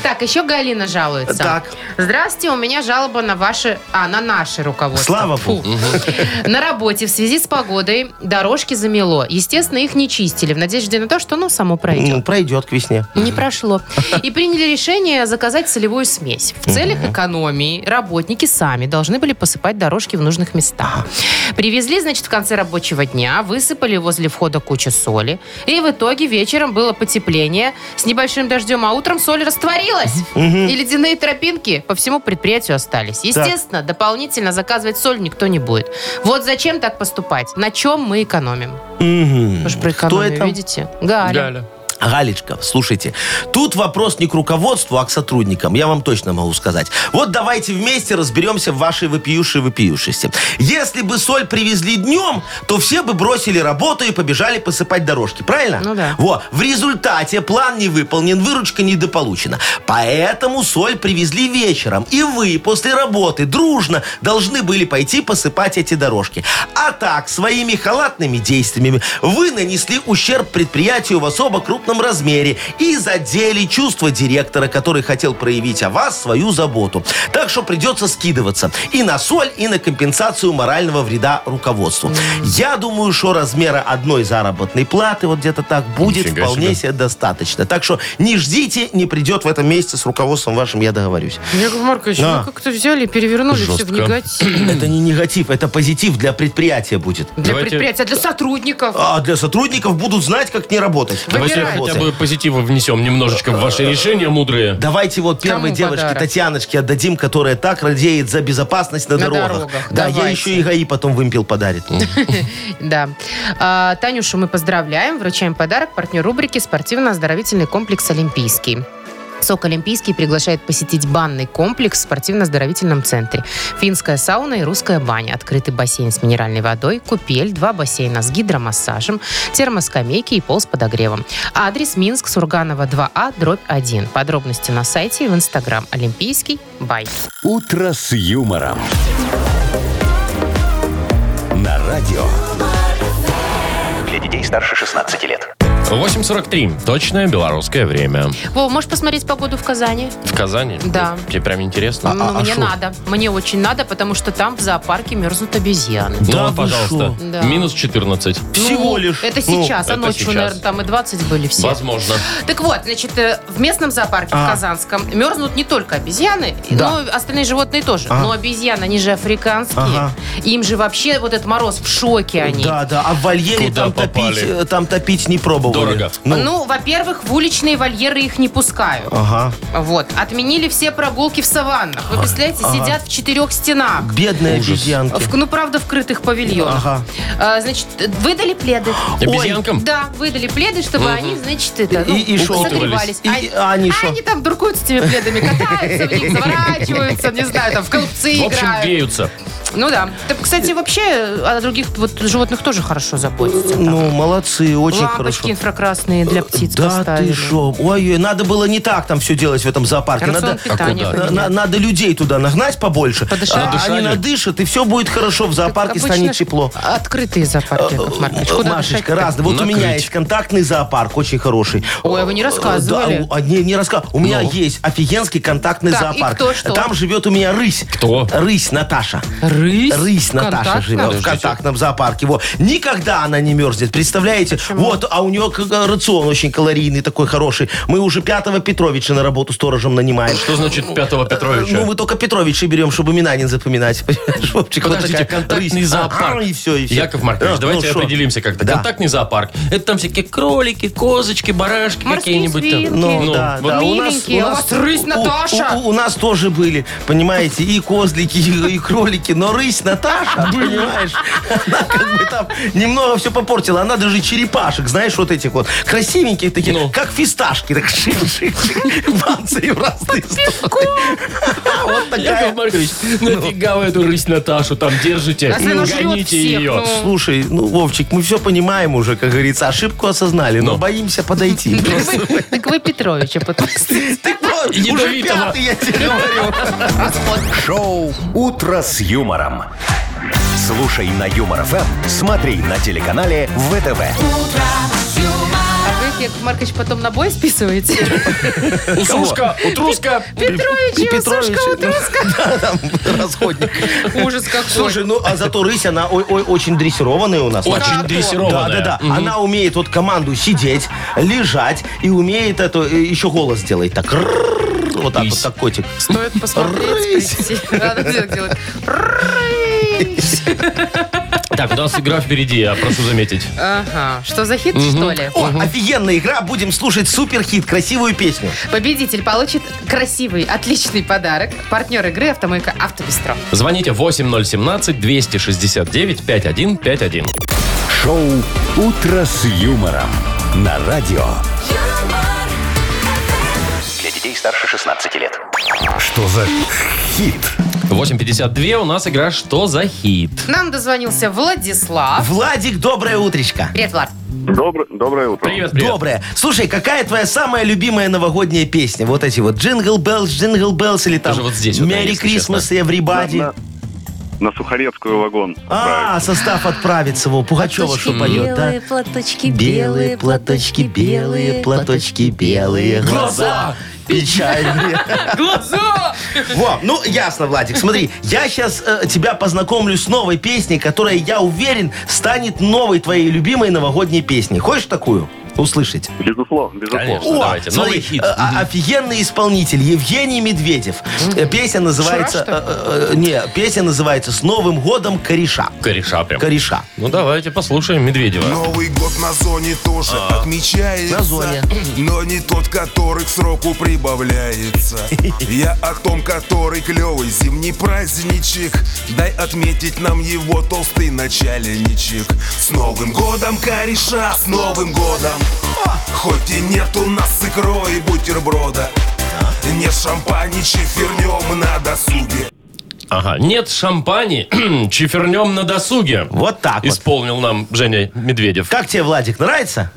Так, еще Галина жалуется.
Так.
Здравствуйте, у меня жалоба на ваши... А, на наше руководство.
Слава
Фу.
богу.
На работе в связи с погодой дорожки замело. Естественно, их не чистили в надежде на то, что ну само пройдет.
ну, пройдет к весне.
Не прошло. И приняли решение заказать солевую смесь. В целях экономии работники сами должны были посыпать дорожки в нужных местах. Привезли, значит, в конце рабочего дня, высыпали возле входа кучу соли. И в итоге вечером было потепление с небольшим дождем, а утром соль растворилась. И ледяные тропинки по всему предприятию остались. Естественно, дополнительно заказывать соль никто не будет. Вот зачем так поступать? На чем мы экономим?
Мгм.
Вы же про
Кто
экономию
это?
видите? Галя.
Галя.
Галечка, слушайте, тут вопрос не к руководству, а к сотрудникам. Я вам точно могу сказать. Вот давайте вместе разберемся в вашей вопиюшей вопиюшести. Если бы соль привезли днем, то все бы бросили работу и побежали посыпать дорожки. Правильно?
Ну да.
Во, в результате план не выполнен, выручка недополучена. Поэтому соль привезли вечером. И вы после работы дружно должны были пойти посыпать эти дорожки. А так, своими халатными действиями вы нанесли ущерб предприятию в особо крупном размере и задели чувство директора, который хотел проявить о вас свою заботу. Так что придется скидываться и на соль, и на компенсацию морального вреда руководству. Я думаю, что размера одной заработной платы вот где-то так будет
Нифига
вполне
себе.
себе достаточно. Так что не ждите, не придет в этом месяце с руководством вашим, я договорюсь.
Яков Маркович,
Да.
вы как-то взяли и перевернули все в
Жестко.
негатив.
Это не негатив, это позитив для предприятия будет.
Для
Давайте-
предприятия, для сотрудников.
А для сотрудников будут знать, как не работать.
Давайте
Выбирайте.
хотя бы позитива внесем немножечко в ваши решения мудрые.
Давайте вот первой
Кому
девочке
подарок?
Татьяночке отдадим, которая так радеет за безопасность на,
На
дорогах.
дорогах,
Да, я
давайте.
еще и ГАИ потом вымпел подарит.
Да. А, Танюшу мы поздравляем, вручаем подарок партнер рубрики «Спортивно-оздоровительный комплекс Олимпийский». СОК «Олимпийский» приглашает посетить банный комплекс в спортивно-оздоровительном центре. Финская сауна и русская баня, открытый бассейн с минеральной водой, купель, два бассейна с гидромассажем, термоскамейки и пол с подогревом. Адрес Минск, Сурганова 2А, дробь 1. Подробности на сайте и в Инстаграм «Олимпийский бай».
«Утро с юмором». На радио.
Для детей старше 16 лет.
8.43. Точное белорусское время.
Вов, можешь посмотреть погоду в Казани?
В Казани?
Да.
Тебе прям
А,
интересно?
Ну, мне надо. Мне очень надо, потому что там в зоопарке мерзнут обезьяны.
Ну,
Да
а,
вы
пожалуйста.
шо? Да.
Минус 14.
Всего
Ну,
лишь.
Это
Ну,
сейчас, а
это
ночью,
сейчас.
наверное, там и 20 были все.
Возможно.
Так вот, значит, э, в местном зоопарке, в
А.
Казанском, мерзнут не только обезьяны, и-
Да. А.
но и остальные животные тоже. Но обезьяны, они же африканские.
Ага.
Им же вообще вот этот мороз в шоке они.
Да, да, а в вольере
Куда
там топить,
попали?
э, там топить не пробовали.
Дорого.
Ну,
Ну, во-первых, в уличные вольеры их не пускают.
ага.
Вот. Отменили все прогулки в саваннах. Вы представляете, сидят в четырех стенах.
Бедные обезьянки.
В- ну, правда, в крытых павильонах.
Ага.
А, значит, выдали пледы.
Обезьянкам?
Да, выдали пледы, чтобы они, значит, это, ну,
И- и шо?
согревались.
И- и- а они шо?
там дуркуют с этими пледами, катаются в них, заворачиваются, не знаю, там в
В
колбцы
общем,
играют.
греются.
Ну да. Так, кстати, вообще о других вот животных тоже хорошо заботиться. там.
Ну, молодцы, очень
Лампочки
хорошо.
инфракрасные для птиц
Да
поставили.
ты шо? Ой-ой, надо было не так там все делать в этом зоопарке.
Рацион
Надо, э,
питания
А куда?
на-
поменять.
на- надо людей туда нагнать побольше.
Подышать.
А,
Надышали.
они надышат, и все будет хорошо. В
Как
зоопарке
обычно
станет
ж
тепло. Э,
Открытые зоопарки, Яков Маркович. Куда
Машечка,
дышать-то?
разные. Вот у меня
Накрыть.
есть контактный зоопарк, очень хороший. Э,
Ой, а вы не рассказывали.
Да, у- а, не, не рассказывал. У меня
Ну.
есть офигенский контактный
Так, и
зоопарк.
кто, что?
Там живет у меня рысь.
Кто?
Рысь Наташа.
Рысь?
Рысь Наташа
Контактная?
живет в
Подождите.
контактном зоопарке. Во. Никогда она не мерзнет, представляете? Вот, а у нее к- рацион очень калорийный, такой хороший. Мы уже пятого Петровича на работу сторожем нанимаем.
Что значит Пятого
Ну,
Петровича?
мы только Петровича берем, чтобы Минанин запоминать. Понимаешь, Вовчик, вот
Подождите,
такая
контактный
рысь.
зоопарк.
А, И все, и все.
Яков Маркович, давайте определимся как-то.
Да.
Контактный зоопарк. Это там всякие кролики, козочки, барашки
Морские
какие-нибудь. там.
свинки.
Ну,
Ну,
да,
вот
да.
миленькие, у вас рысь
у-
Наташа.
У, у- у нас тоже были, понимаете, и козлики, и, и кролики, но рысь Наташа, понимаешь, она как бы там немного все попортила. Она даже черепашек, знаешь, вот этих вот красивеньких таких,
Ну.
как фисташки, так шик-шик-шик, банцы в разные стороны. Вот такая.
Яков Маркович,
Ну.
нафига вы эту рысь Наташу там держите?
Если она жрет
Гоните
всех,
ее.
ну.
Слушай, ну, Вовчик, мы все понимаем уже, как говорится, ошибку осознали, но
Ну.
боимся подойти.
Так вы- Так вы Петровича подпустите.
Так вот, уже
Ядовитого.
пятый, я тебе говорю.
Шоу «Утро с юмором». Слушай на Юмор ФМ, смотри на телеканале ВТВ.
А вы, Яков Маркович, потом на бой списываете?
Усушка, утруска.
Петрович,
ну,
Сушка,
ну,
утруска.
Расходник.
Ужас какой.
Слушай, ну а зато рысь, она о- о- очень дрессированная у нас.
Очень
Да,
дрессированная.
да, да. Она умеет вот команду сидеть, лежать и умеет это э, еще голос делать так. «Рррр». Вот так
Рысь.
вот, так котик.
Стоит посмотреть,
Рысь.
прийти. Надо делать, делать. Рысь.
Так, у нас игра впереди, я прошу заметить.
Ага. Что за хит, что ли?
О, офигенная игра, будем слушать суперхит, красивую песню.
Победитель получит красивый, отличный подарок. Партнер игры «Автомойка Автобестро».
Звоните 8017-269-5151.
Шоу «Утро с юмором» на радио.
юмор,
Для детей старше 16 лет.
Что за хит?
8.52 у нас игра «Что за хит?».
Нам дозвонился
А-
Владислав.
Владик, доброе утречко.
Привет, Влад.
Доброе, доброе утро.
Привет, привет.
Доброе. Слушай, какая твоя самая любимая новогодняя песня? Вот эти вот Джингл Беллс, Джингл Беллс или там
Даже вот здесь вот,
Merry
если
Christmas,
На,
Everybody.
на- на Сухаревскую вагон.
А, состав отправится, во, Пугачева что поет, да?
белые, платочки белые, платочки белые,
платочки белые, глаза печальные.
Глаза!
Во, ну ясно, Владик. Смотри, я сейчас тебя познакомлю с новой песней, которая, я уверен, станет новой твоей любимой новогодней песней. Хочешь такую? услышать?
Безусловно, безусловно.
Конечно, давайте.
смотри,
Новый хит.
э, а- офигенный исполнитель Евгений Медведев. Э, Песня называется... э, э, не, песня называется «С Новым годом, кореша».
Кореша прям.
Кореша.
Ну, давайте послушаем
Ну.
Медведева.
Новый год на зоне тоже отмечается
На зоне.
Но не тот, который к сроку прибавляется Я о том, который клевый зимний праздничек Дай отметить нам его толстый начальничек С Новым годом, кореша, с Новым годом Хоть и нет у нас икрой и бутерброда Нет шампани, чифернем на досуге
Ага. Нет шампани, чифернем на досуге.
Вот так вот.
Исполнил нам Женя Медведев.
Как тебе, Владик, нравится?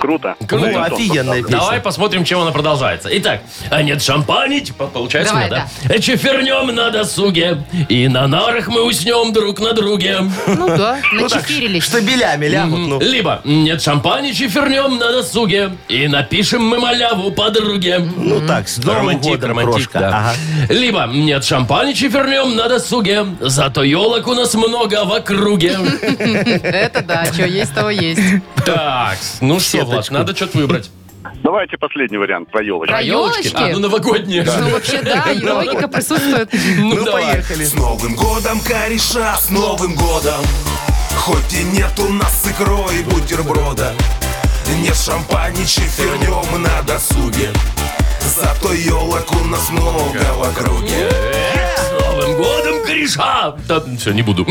Круто. Ну,
Круто.
О, офигенная песня.
Давай посмотрим, чем она продолжается. Итак, а нет шампани, типа, получается,
Давай,
нет, да? Чифернем на досуге, и на нарах мы уснем друг на друге.
Ну да,
Ну так,
начефирились.
штабелями лягут, ну.
Либо нет шампани, чифернем на досуге, и напишем мы маляву подруге.
Ну так, с Новым
Романтик,
годом,
романтик,
крошка.
да.
Ага.
Либо нет шампани, чифернем на досуге, зато елок у нас много в округе.
Это да, что есть, того есть.
Так, ну что, Влад,
Сеточку.
надо что-то выбрать.
Давайте последний вариант про елочки.
Про
елочки?
елочки?
А, ну новогодние.
Ну вообще да, и логика присутствует.
Ну,
Ну,
давай.
поехали.
С Новым годом, кореша, с Новым годом Хоть и нет у нас икрой и бутерброда Нет шампани, чифернем на досуге Зато елок у нас много в округе
С Новым годом, кореша! Да, все, не буду.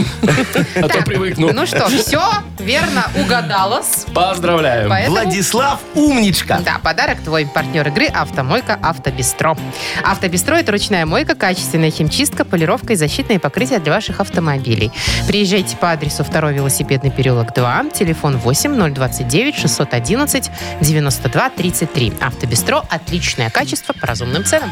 А то
Так,
привыкну.
Ну что, все верно угадалось.
Поздравляем.
Поэтому...
Владислав умничка.
Да, подарок твой. Партнер игры «Автомойка Автобестро». «Автобестро» — это ручная мойка, качественная химчистка, полировка и защитные покрытия для ваших автомобилей. Приезжайте по адресу 2 велосипедный переулок 2, телефон 8 029 611 92 33. «Автобестро» — отличное качество по разумным ценам.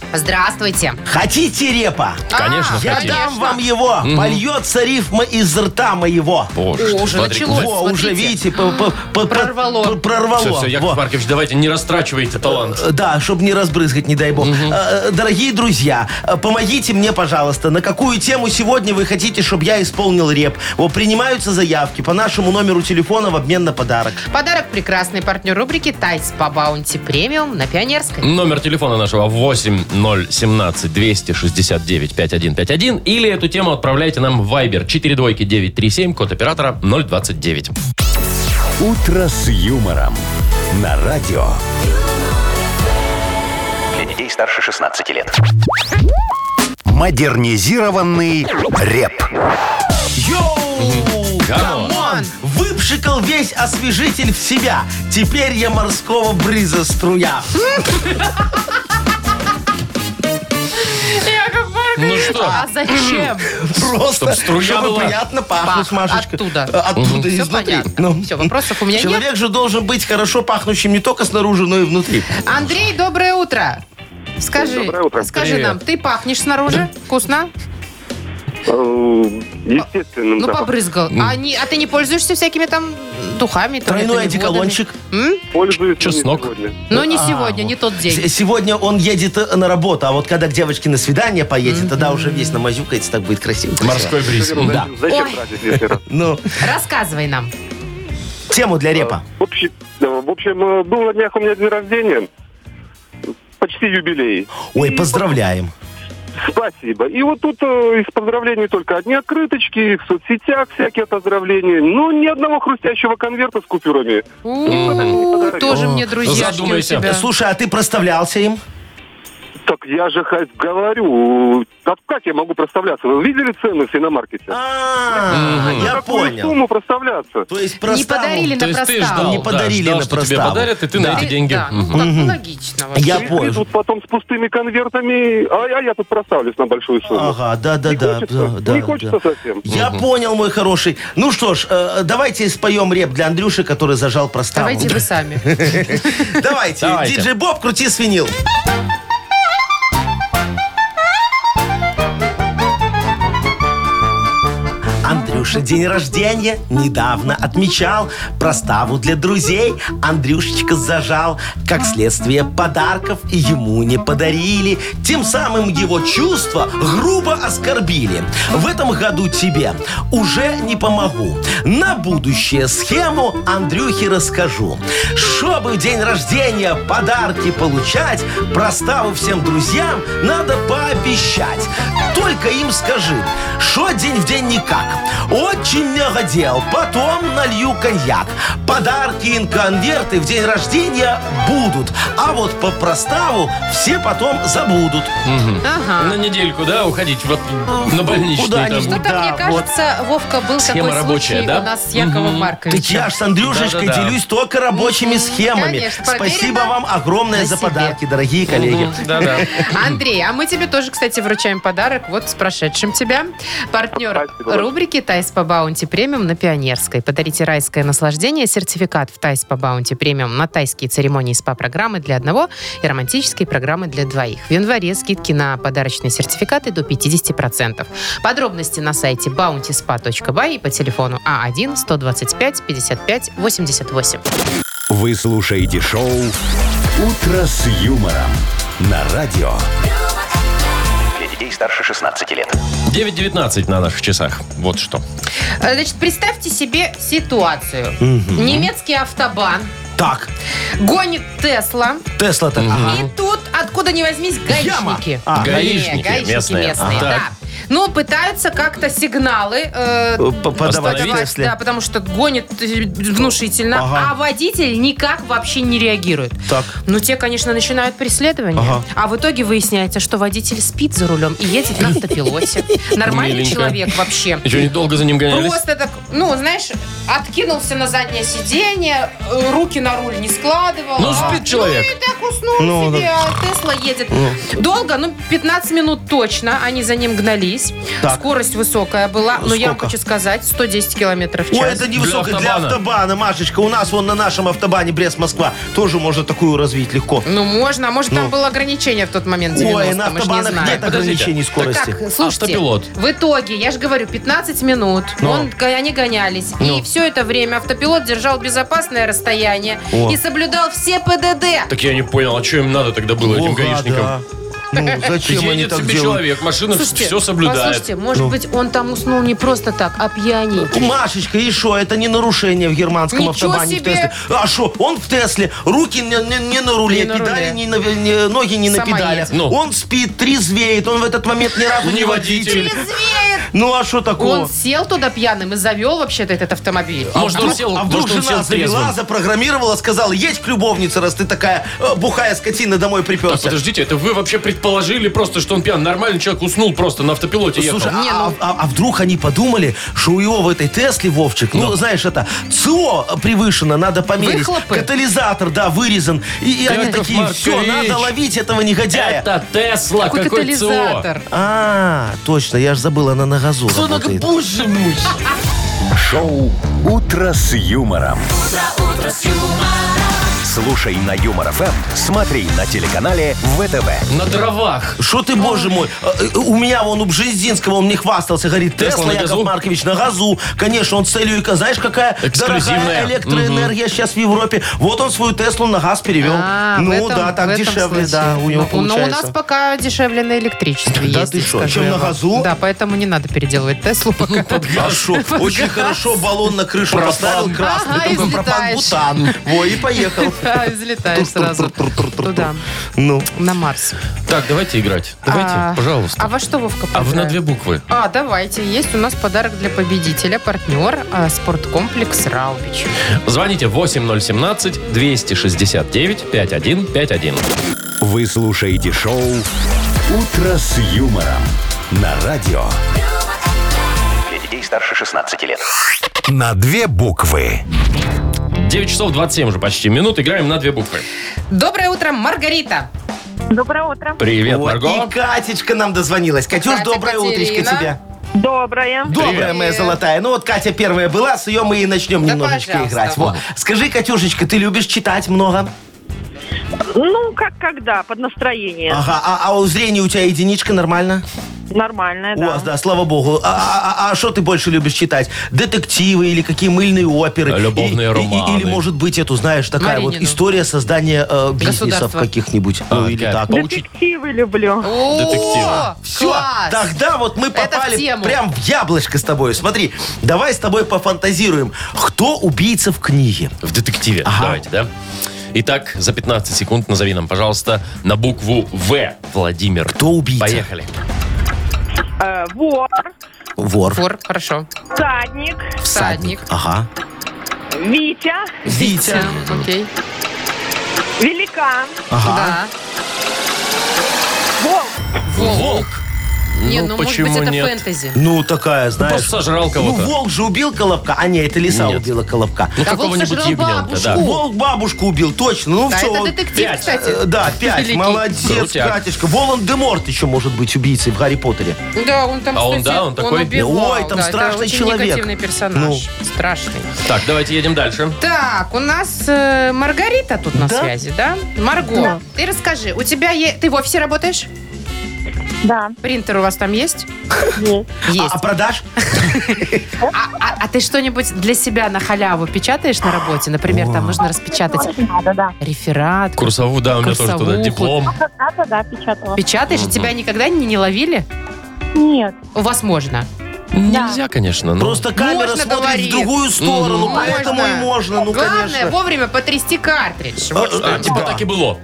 Здравствуйте. А,
Хотите репа?
Конечно,
Я
хотим.
дам вам его. Польется рифма из рта моего.
Боже,
О,
что,
уже
смотри,
началось.
Во,
смотрите.
уже, видите, по- по- по-
Прорвало.
по- прорвало.
Все, все, Яков
Во.
Маркович, давайте не растрачивайте талант.
Э, Да, чтобы не разбрызгать, не дай бог. Э, э, Дорогие друзья, э, помогите мне, пожалуйста, на какую тему сегодня вы хотите, чтобы я исполнил реп? Вот принимаются заявки по нашему номеру телефона в обмен на подарок.
Подарок прекрасный партнер рубрики «Тайс по баунти премиум» на Пионерской.
Номер телефона нашего 8017-269-5151 или эту тему отправляйте нам в Viber 42937, код оператора 029.
Ну
«Утро с юмором» на радио.
Для детей старше 16 лет.
Модернизированный реп.
Йоу! Камон! Выпшикал весь освежитель в себя. Теперь я морского брыза струя.
Ну
А зачем?
Просто,
Чтоб струя
чтобы,
была.
приятно пахнуть,
Пах.
Машечка.
Оттуда.
Э, Оттуда,
Все
изнутри.
понятно.
Ну.
Все, вопросов у меня нет.
Человек же должен быть хорошо пахнущим не только снаружи, но и внутри.
Андрей, доброе утро. Скажи,
Доброе утро.
скажи
Привет.
нам, ты пахнешь снаружи? Вкусно?
Э,
Ну,
Естественным запахом.
побрызгал. А, не- а ты не пользуешься всякими там духами? там,
Тройной
это, водами?
одеколончик.
М?
Пользуюсь ими
Чеснок.
сегодня.
Но не
А,
сегодня, не тот день.
С- Сегодня он едет э, на работу, а вот когда к девочке на свидание поедет, тогда уже весь намазюкается, так будет красиво.
Морской бриз. Да.
Зачем
Ой.
тратить лишний раз?
Ну,
Рассказывай нам.
тему для репа.
В общем, э, в общем, э, был на днях у меня день рождения. Почти юбилей.
Ой, поздравляем.
Спасибо. И вот тут э, из поздравлений только одни открыточки, в соцсетях всякие поздравления. Но ни одного хрустящего конверта с купюрами.
У, Тоже мне друзья.
задумайся.
Слушай, а ты проставлялся им?
Так я же хоть говорю, так как я могу проставляться? Вы видели цены в синомаркете?
А, я
Какую
понял.
сумму проставляться?
То есть
Не
проставу-
подарили
То
на
есть ты
простал.
ждал,
Не
да,
подарили
ждал,
на
что тебе
проставу.
подарят, и ты
Да.
на эти деньги.
Да, ну
Мгм.
так логично. вообще.
Я
Пришли
понял.
тут потом с пустыми конвертами, а, а я тут проставлюсь на большую сумму.
Ага, да, да,
Не
да,
хочется?
да, да,
Не хочется
да.
совсем?
Я понял, мой хороший. Ну что ж, э, давайте споем реп для Андрюши, который зажал проставу.
Давайте вы сами.
Давайте.
Давайте.
Диджей Боб, крути свинил. Андрюша день рождения недавно отмечал. Проставу для друзей Андрюшечка зажал. Как следствие подарков ему не подарили. Тем самым его чувства грубо оскорбили. В этом году тебе уже не помогу. На будущее схему Андрюхе расскажу. Чтобы в день рождения подарки получать, проставу всем друзьям надо пообещать. Только им скажи, что день в день никак. Очень много дел, потом налью коньяк. Подарки и конверты в день рождения будут, а вот по проставу все потом забудут.
Ага.
Ну,
На недельку, да, уходить вот на больничный
куда они
там.
ж
Что-то,
да,
мне кажется, Вовка, был
Схема
такой
рабочая,
случай
да?
у нас с Яковом
Так я
Марковичем.
ж с Андрюшечкой
Да-да-да.
делюсь только рабочими схемами.
Конечно,
Спасибо
проверено
вам огромное
на
за
себе.
подарки, дорогие коллеги.
Да-да.
Андрей, а мы тебе тоже, кстати, вручаем подарок. Вот с прошедшим тебя. Партнер
Спасибо.
рубрики «Тайс по баунти премиум» на Пионерской. Подарите райское наслаждение, сертификат в «Тайс по баунти премиум» на тайские церемонии СПА-программы для одного и романтические программы для двоих. В январе скидки на подарочные сертификаты до 50%. Подробности на сайте bountyspa.by и по телефону А А1-125-55-88.
Вы слушаете шоу «Утро с юмором» на радио.
Для детей старше 16 лет.
9.19 на наших часах. Вот что.
Э, Значит, представьте себе ситуацию. Немецкий автобан
Так,
гонит Тесла,
Тесла-то. ага.
и тут, откуда ни возьмись, гаишники.
А,
Не,
гаишники местные. Ага.
да.
Так.
Ну, пытаются как-то сигналы э,
П- Подавать
Остановить?
подавать,
Тесле.
да, потому что гонит э, внушительно,
Ага.
а водитель никак вообще не реагирует.
Так.
Ну, те, конечно, начинают преследование,
Ага.
а в итоге выясняется, что водитель спит за рулем и едет на автопилоте. Нормальный
Миленько.
человек вообще.
Еще недолго за ним гонялись.
Просто так, ну, знаешь, откинулся на заднее сиденье, э, руки на руль не складывал.
Ну,
а,
спит человек.
Ну, и так уснул
Ну,
себе, а Тесла едет. Долго, ну, 15 минут точно, они за ним гнались.
Так.
Скорость высокая была, но я вам
Сколько?
хочу сказать, 110 километров в час.
Ой, это невысоко
Для
для,
автобана.
автобана, Машечка. У нас вон на нашем автобане Брест-Москва тоже можно такую развить легко.
Ну, можно, а может, там было ограничение в тот момент 90
Ой, на
мы ж не
автобанах
знаем.
нет
Подождите.
ограничений скорости.
Так, слушайте,
Автопилот.
в итоге, я же говорю, 15 минут,
Ну.
он, г- они гонялись. И все это время автопилот держал безопасное расстояние
О.
и соблюдал все ПДД.
Так я не понял, а что им надо тогда было, этим
Ого, да.
гаишникам?
Ну, зачем они
Едет
так
себе
делают?
человек, машина
Слушайте,
все соблюдает.
Послушайте,
Ну.
может быть, он там уснул не просто так, а пьяний.
Машечка, и что? Это не нарушение в германском
Ничего
автобане
себе!
в Тесле. А что? Он в Тесле, руки не, не- не на руле,
Не на
педали
руле.
не на- не- ноги не на
Сама
педалях.
едет. Ну.
Он спит, трезвеет, он в этот момент ни разу
Не
не водитель.
водитель.
Трезвеет
Ну а что такого?
Он сел туда пьяным и завел вообще-то этот автомобиль.
Может, он
Вдруг-
сел,
а
может,
вдруг
он сел
жена
трезвым.
завела, запрограммировала, сказала, едь к любовнице, раз ты такая э, бухая скотина домой
Так,
приперся.
А подождите, это вы вообще предположили просто, что он пьян? Нормальный человек уснул просто на автопилоте ехал.
Слушай, а,
Не, ну-
а- а вдруг они подумали, что у его в этой Тесле, Вовчик, ну, знаешь, это ЦО превышено, надо померить.
Выхлопы?
Катализатор, да, вырезан. И, и они
Яков
такие, все,
Маркович,
надо ловить этого негодяя.
это Тесла,
Какой
какой, ЦО.
катализатор.
А, точно, я же забыл, она на газу работает.
боже мой.
Шоу «Утро с юмором». Слушай на Юмор ФМ, смотри на телеканале ВТВ.
На дровах.
Что ты, боже мой, э, э, у меня вон у Бжезинского, он мне хвастался, говорит,
Тесла
Тесла,
на
Яков
газу?»
Маркович, на газу. Конечно, он с целью, эко- знаешь, какая
Эксклюзивная.
дорогая электроэнергия сейчас в Европе. Вот он свою Теслу на газ перевел.
А, в
ну
этом-
да,
в
так
этом
дешевле,
случае.
да, у него
Ну, Ну,
получается.
у нас пока дешевле на электричестве
Да
ездить,
ты что,
скажу
чем
я
на
вам.
газу?
Да, поэтому не надо переделывать Теслу пока.
Хорошо, А очень хорошо баллон на крышу
Пропан.
поставил красный,
Ага, и
такой
взлетаешь.
пропан-бутан. Во, и поехал.
Да, и взлетаешь сразу туда,
Ну,
на Марс.
Так, давайте играть. Давайте,
А,
пожалуйста.
А во что, Вовка,
А в на
поиграем?
две буквы.
А, давайте. Есть у нас подарок для победителя. Партнер а, спорткомплекс «Раубич».
Звоните 8017-269-5151.
Вы слушаете шоу «Утро с юмором» на радио.
Для детей старше 16 лет.
На две буквы.
9 часов 27 уже почти минут. Играем на две буквы.
Доброе утро, Маргарита.
Доброе утро.
Привет,
вот,
Марго.
и Катечка нам дозвонилась. Катюш,
Катя,
доброе утречко
Катерина.
тебе.
Доброе.
Добрая моя золотая. Ну вот Катя первая была, с ее мы и начнем
Да
немножечко
пожалуйста.
играть. Во. Скажи, Катюшечка, ты любишь читать много?
Ну, как когда, под настроение.
Ага, а, а у зрения у тебя единичка нормально?
Нормальное,
У
да.
вас, да, слава богу. А- А а- а что ты больше любишь читать? Детективы или какие мыльные оперы? И-
Любовные
и- и-
романы.
Или, может быть, эту, знаешь, такая вот
Маринину.
история создания э, бизнесов
Государство.
каких-нибудь.
А,
Ну, или
опять.
так.
Поучить.
Детективы люблю.
О,
Детектива.
Все,
класс.
тогда вот мы
Это в
попали
тему.
прям в яблочко с тобой. Смотри, давай с тобой пофантазируем. Кто убийца в книге?
В детективе.
Ага.
Давайте, да? Итак, за 15 секунд назови нам, пожалуйста, на букву В. Владимир.
Кто убийца?
Поехали.
Э, вор,
Вор.
Фор, хорошо.
всадник,
Всадник.
Ага.
Витя,
Витя.
Окей.
великан,
А?
Ага.
Да.
волк.
Волк.
Не,
Ну,
ну, может быть,
почему
это
нет?
фэнтези.
Ну, такая, знаешь...
Просто сожрал
Ну,
кого-то.
волк же убил Колобка. А, нет, это лиса
Нет.
убила Колобка.
Ну,
Да волк
какого-нибудь
сожрал
ягненка, да.
бабушку.
Волк бабушку убил, точно. Ну,
Да,
все.
А это детектив,
пять.
кстати.
Да, пять.
Великий.
Молодец,
Крутяк.
Катечка. Волан-де-Морт еще может быть убийцей в Гарри Поттере.
Да, он там,
А он,
кстати,
да, он такой?
убивал,
Ой, там
да, это
страшный
очень
человек.
негативный персонаж. Страшный.
Так, давайте едем дальше.
Так, у нас э, Маргарита тут на
Да?
связи, да? Марго, ты расскажи, у тебя е- ты в офисе работаешь?
Да.
Принтер у вас там есть?
А,
Есть.
а продаж?
А, а ты что-нибудь для себя на халяву печатаешь на работе? Например, там нужно распечатать
Надо, да.
реферат.
Курсову, да, у меня тоже
Курсовуху.
туда диплом.
Когда-то, да, печатала.
Печатаешь, и тебя никогда не, не ловили?
Нет.
У вас можно.
Нельзя, конечно, но...
Просто камера
Ну. Можно,
смотрит
говорит.
в другую сторону,
Мгм.
поэтому
Можно.
и можно, ну,
Главное
конечно. Э,
вовремя потрясти картридж. Вот что
А, типа
Да.
так и было.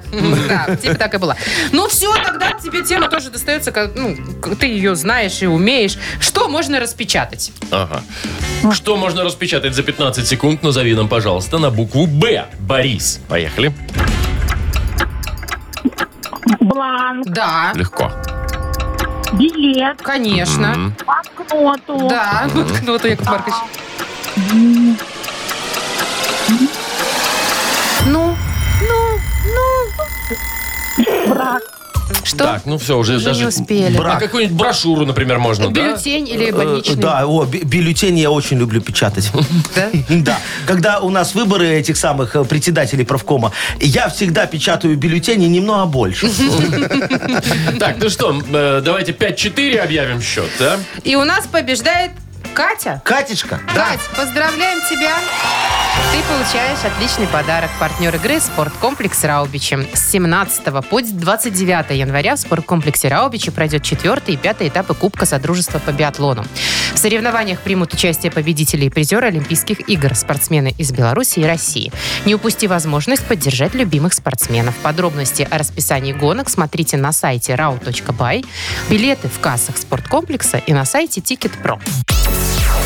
Да, типа так и было. Ну все, тогда тебе тема тоже достается, как, ну, к- ты ее знаешь и умеешь. Что можно распечатать?
Ага.
Ну.
Что можно распечатать за 15 секунд? Назови нам, пожалуйста, на букву Б. Борис. Поехали.
Бланк,
Да,
Легко.
билет,
конечно.
М.
банкноту.
Да, банкноты, Яков Маркович. Ну, ну, ну. Что?
Так, ну все, уже
Уже
даже...
не успели.
А какую-нибудь брошюру, например, можно, да?
Бюллетень или
Э,
больничный?
Да, о, бю- бюллетень я очень люблю печатать.
Да?
Да, когда у нас выборы этих самых э, председателей правкома, я всегда печатаю бюллетени немного больше.
Так, ну что, э, давайте 5-4 объявим счет, да?
И у нас побеждает Катя?
Катечка, да.
Кать, поздравляем тебя! Ты получаешь отличный подарок. Партнер игры «Спорткомплекс Раубичи». С 17 по 29 января в спорткомплексе Раубичи пройдет четвертый и пятый этапы Кубка Содружества по биатлону. В соревнованиях примут участие победители и призеры Олимпийских игр, спортсмены из Беларуси и России. Не упусти возможность поддержать любимых спортсменов. Подробности о расписании гонок смотрите на сайте rau.by, билеты в кассах спорткомплекса и на сайте Ticket.pro.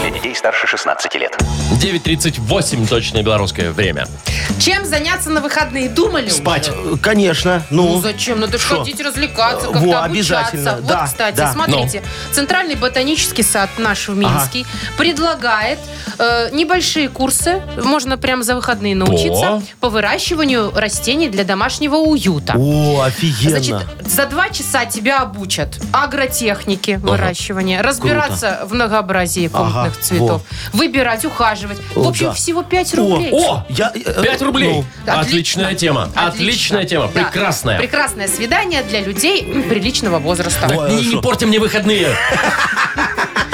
Для детей старше 16 лет.
9.38 точное белорусское время.
Чем заняться на выходные? Думали? уже?
Спать, конечно,
Ну
ну.
зачем? Надо же
Шо?
ходить, развлекаться,
Э,
как-то обучаться.
во, обязательно,
Вот,
да,
кстати,
да.
смотрите, Центральный ботанический сад наш в Минске предлагает э, небольшие курсы, можно прям за выходные научиться,
О.
по выращиванию растений для домашнего уюта.
О, офигенно.
Значит, за два часа тебя обучат агротехнике выращивания, разбираться в многообразии комнатных
Ага,
цветов, выбирать, ухаживать. в
О,
общем,
да.
всего 5
О,
рублей.
о, я... э,
5 рублей.
ну,
Отличная тема. Отличная тема.
Да.
Прекрасная.
Прекрасное свидание для людей м, приличного возраста.
Во,
Не, не
хорошо.
порти мне выходные.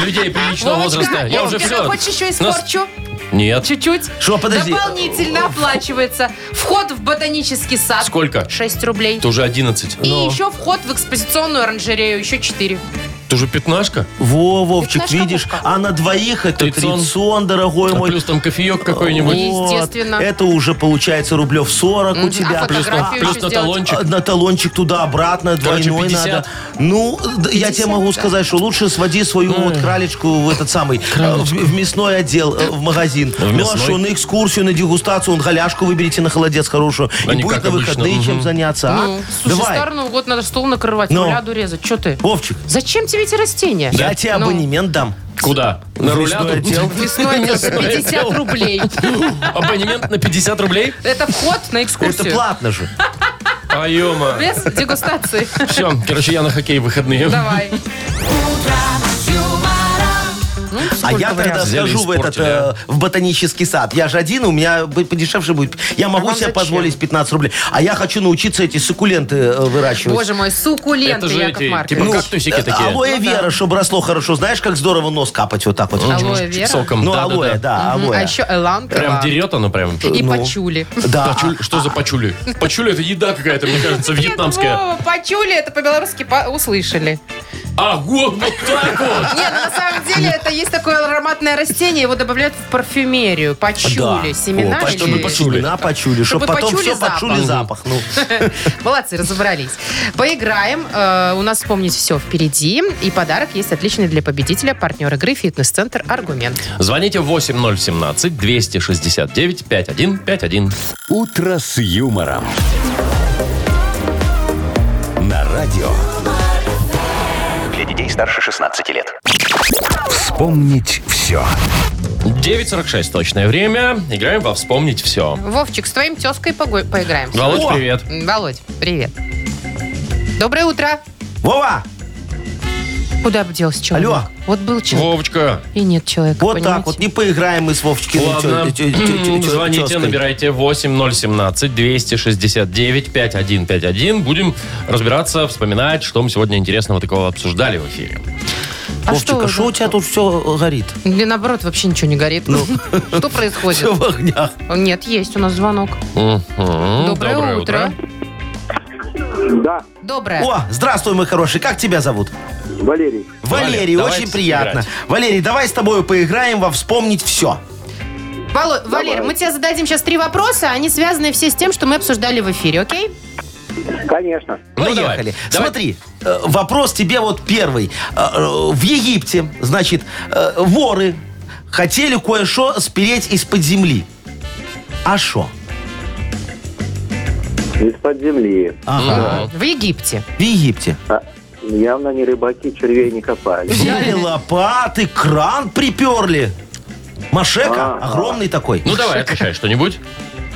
Людей приличного
Вовочка,
возраста. Я
Вовочка,
уже все.
хочешь еще испорчу?
Нет.
Чуть-чуть.
Что, подожди.
Дополнительно оплачивается вход в ботанический сад.
Сколько?
6 рублей.
Это уже Ну. 11.
И еще вход в экспозиционную оранжерею, еще 4.
Это уже пятнашка.
Во, Вовчик,
Пятнашка
видишь,
мука.
а на двоих это
Трицон.
трицон, дорогой
А
мой.
плюс там кофеек какой-нибудь.
Вот,
Естественно.
Это уже получается рублев 40 у тебя.
а
Плюс
Плюс на,
фотографию
плюс
еще
на
сделать.
талончик.
а, на талончик туда-обратно,
Короче,
двойной
50.
надо. Ну, д- я тебе могу сказать, что лучше своди свою вот кралечку в этот самый, э, в, в мясной отдел, э, в магазин.
мясной?
Лешу, на экскурсию, на дегустацию, он голяшку выберите на холодец хорошую.
А не
и будет
как
на
обычно,
выходные чем
мгм.
заняться, а?
Ну, слушай,
Давай,
Старый Новый год надо стол накрывать,
Ну.
руляду резать. Че ты?
Вовчик,
Зачем тебе эти растения?
я тебе
Ну.
абонемент дам.
Куда? На
В
руля?
мясной
тут?
отдел.
Весной это 50 рублей.
Абонемент на 50 рублей?
Это вход на
Это
экскурсию.
платно же.
А ё-ма.
Без дегустации.
Все, короче, я на хоккей в выходные.
Давай.
А я тогда
Взяли и
схожу в этот
испортили, а?
э, в ботанический сад. Я же один, у меня бы- подешевше будет. Я могу
вам
себе
А зачем?
позволить 15 рублей. А я хочу научиться эти суккуленты э, выращивать.
Боже Ну мой, суккуленты,
Это же
Яков
эти,
Маркович.
типа кактусики такие.
Ну, э, Алоэ вера, чтобы росло хорошо. Знаешь, как здорово нос капать вот так вот.
Алоэ вера.
Соком,
Ну,
да-да-да.
алоэ, да,
Мгм, А
алоэ.
еще эланка.
Прям дерет оно прям.
И
Ну.
пачули.
Да.
Пачуль- Что за пачули? Пачули это еда какая-то, мне кажется, вьетнамская.
Вова, ну, пачули, это по-белорусски по- услышали.
А, вот, вот так вот.
Нет, ну, на самом деле это есть такое ароматное растение, его добавляют в парфюмерию.
Да.
Пачули, семена.
О,
или-
чтобы
пачули.
Семена пачули,
Чтобы
чтобы потом
почули
все
запах.
почули запах. Ну,
Молодцы, разобрались. Поиграем. Э, У нас вспомнить все впереди. И подарок есть отличный для победителя, партнер игры, фитнес-центр «Аргумент».
Звоните 8017 269 5151.
«Утро с юмором». На радио.
Для детей старше 16 лет.
Вспомнить все.
9.46 точное время. Играем во «Вспомнить все».
Вовчик, с твоим тезкой пого- поиграем.
Володь,
О!
привет.
М, Володь, привет. Доброе утро.
Вова,
Куда бы делся человек?
Алло.
Вот был человек,
Вовочка,
и нет человека,
вот
понимаете?
так вот. Не поиграем мы с Вовчиком.
ладно. М, Звоните, набирайте 8017 269 5151. Будем разбираться, вспоминать, что мы сегодня интересного такого обсуждали в эфире.
А
Вовчик,
вы
а что у Ну.
за-
тебя тут все горит?
Или наоборот, вообще ничего не горит. Что происходит?
Все в огнях.
Нет, есть у нас звонок.
Мгм. Ну,
Доброе, утро.
Да,
Доброе.
О, здравствуй, мой хороший. Как тебя зовут?
Валерий,
Валерий,
Валя,
очень
давайте
приятно.
играть.
Валерий, давай с тобой поиграем во «Вспомнить все».
Вало- Валер, мы тебе зададим сейчас три вопроса, они связаны все с тем, что мы обсуждали в эфире, окей?
конечно.
Ну, давай.
Поехали.
Давай.
Смотри, э, вопрос тебе вот первый. Э, э, В Египте, значит, э, воры хотели кое-что спереть из-под земли. А шо?
Из-под земли.
Ага.
В Египте.
В Египте.
А, Явно не рыбаки червей не копали.
Взяли лопаты, кран приперли. Машека
Ага.
огромный такой.
Ну давай, отвечай что-нибудь.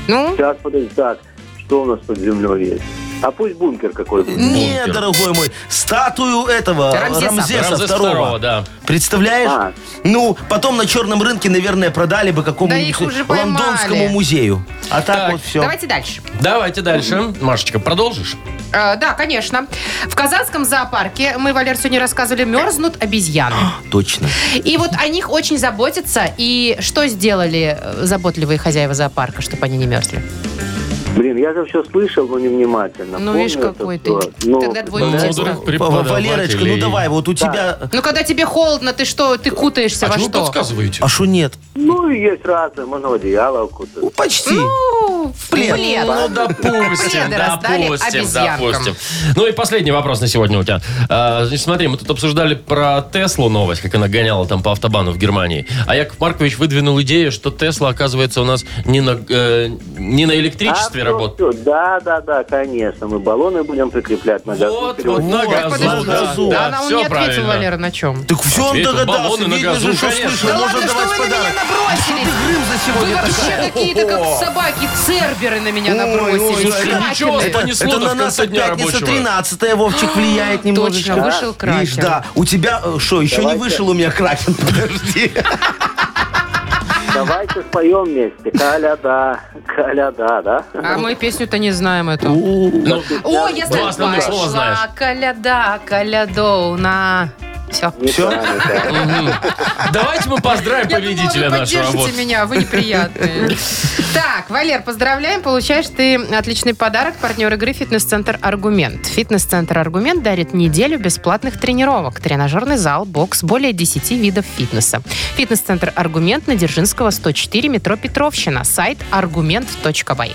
Ну,
Сейчас, подожди, так, что у нас под землей есть? А пусть бункер какой-нибудь.
Не,
Бункер.
дорогой мой, статую этого
Рамзеса.
Рамзеса,
Рамзес
второго.
второго, да.
Представляешь?
А.
Ну, потом на черном рынке, наверное, продали бы
Да их уже
какому-нибудь
поймали.
лондонскому музею. А так,
Так.
вот все.
Давайте дальше.
Давайте дальше. Машечка, продолжишь?
Э, да, конечно. В казанском зоопарке, мы, Валер, сегодня рассказывали, мерзнут обезьяны.
Точно.
И вот о них очень заботятся. И что сделали э, заботливые хозяева зоопарка, чтобы они не мерзли?
Блин, я же все слышал, но невнимательно.
Ну,
Помню
видишь,
это
какой ты.
всё. Ну,
Тогда двое
Мудрых
интересно.
Ва-
преподавателей.
Валерочка, ну давай, вот у тебя...
Ну, когда тебе холодно, ты что, ты кутаешься
А
во
чего вы
что?
подсказываете?
А что нет?
ну, и есть разные, можно в одеяло укутать.
Ну, почти.
Ну, в
Плед.
плед.
Ну, допустим,
Пледы раздали
допустим,
обезьянкам.
допустим. Ну и последний вопрос на сегодня у тебя. А, значит, смотри, мы тут обсуждали про Теслу новость, как она гоняла там по автобану в Германии. А Яков Маркович выдвинул идею, что Тесла, оказывается, у нас не на, э, не на электричестве
А,
работает.
всё, всё. Да, да, да, конечно. Мы баллоны будем прикреплять на газу.
Вот, вот,
Вперёд.
на
Вот,
газу.
подожди,
да,
газу.
да,
Да, она он
всё
не ответил,
правильно.
Валера, на чем?
Так все он
Ответил, баллоны
догадался.
на
Видно
газу,
же, что
конечно.
слышал.
Да
Можно
что
давать
вы на меня
подарок.
набросились?
Грымза
Вы
сегодня
вообще
такая.
какие-то как собаки, церберы на меня набросились.
ой,
Кракены.
ничего,
Это-
Это,
понесло
это
до
на нас
конца дня
пятница
рабочего.
13 Вовчик влияет немножечко.
Точно, вышел Кракен.
Видишь, да. У тебя, что, еще не
Давайте.
вышел у меня Кракен? Подожди.
Давайте споем вместе. Каля, да. Каля, да, да.
А мы песню-то не знаем эту.
Ну,
О, я знаю.
Два основных слова знаешь.
Пошла коляда, колядовна. Все.
Не знаю, да.
мгм. Давайте мы поздравим победителя
вы
нашего.
поддержите
вот.
меня, вы неприятные. Так, Валер, поздравляем. Получаешь ты отличный подарок. Партнер игры «Фитнес-центр Аргумент». «Фитнес-центр Аргумент» дарит неделю бесплатных тренировок. Тренажерный зал, бокс, более 10 видов фитнеса. «Фитнес-центр Аргумент» на Дзержинского, 104, метро Петровщина. Сайт argument.by.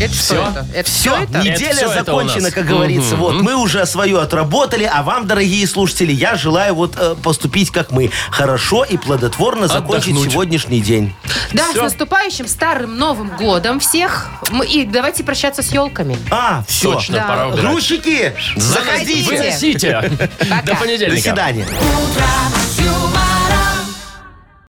Это что
Всё?
это? Это
Все,
всё это?
неделя
Это всё это у
закончена,
нас.
как говорится.
Мгм.
Вот мы уже свое отработали, а вам, дорогие слушатели, я желаю вот э, поступить как мы, хорошо и плодотворно закончить
Отдохнуть.
сегодняшний день.
Да, с наступающим старым Новым годом всех. М, И давайте прощаться с елками.
А, все.
Точно,
Да.
пора убирать.
Грузчики, заходите.
Заходите.
Выносите. До
Пока.
До
понедельника.
свидания.
humor.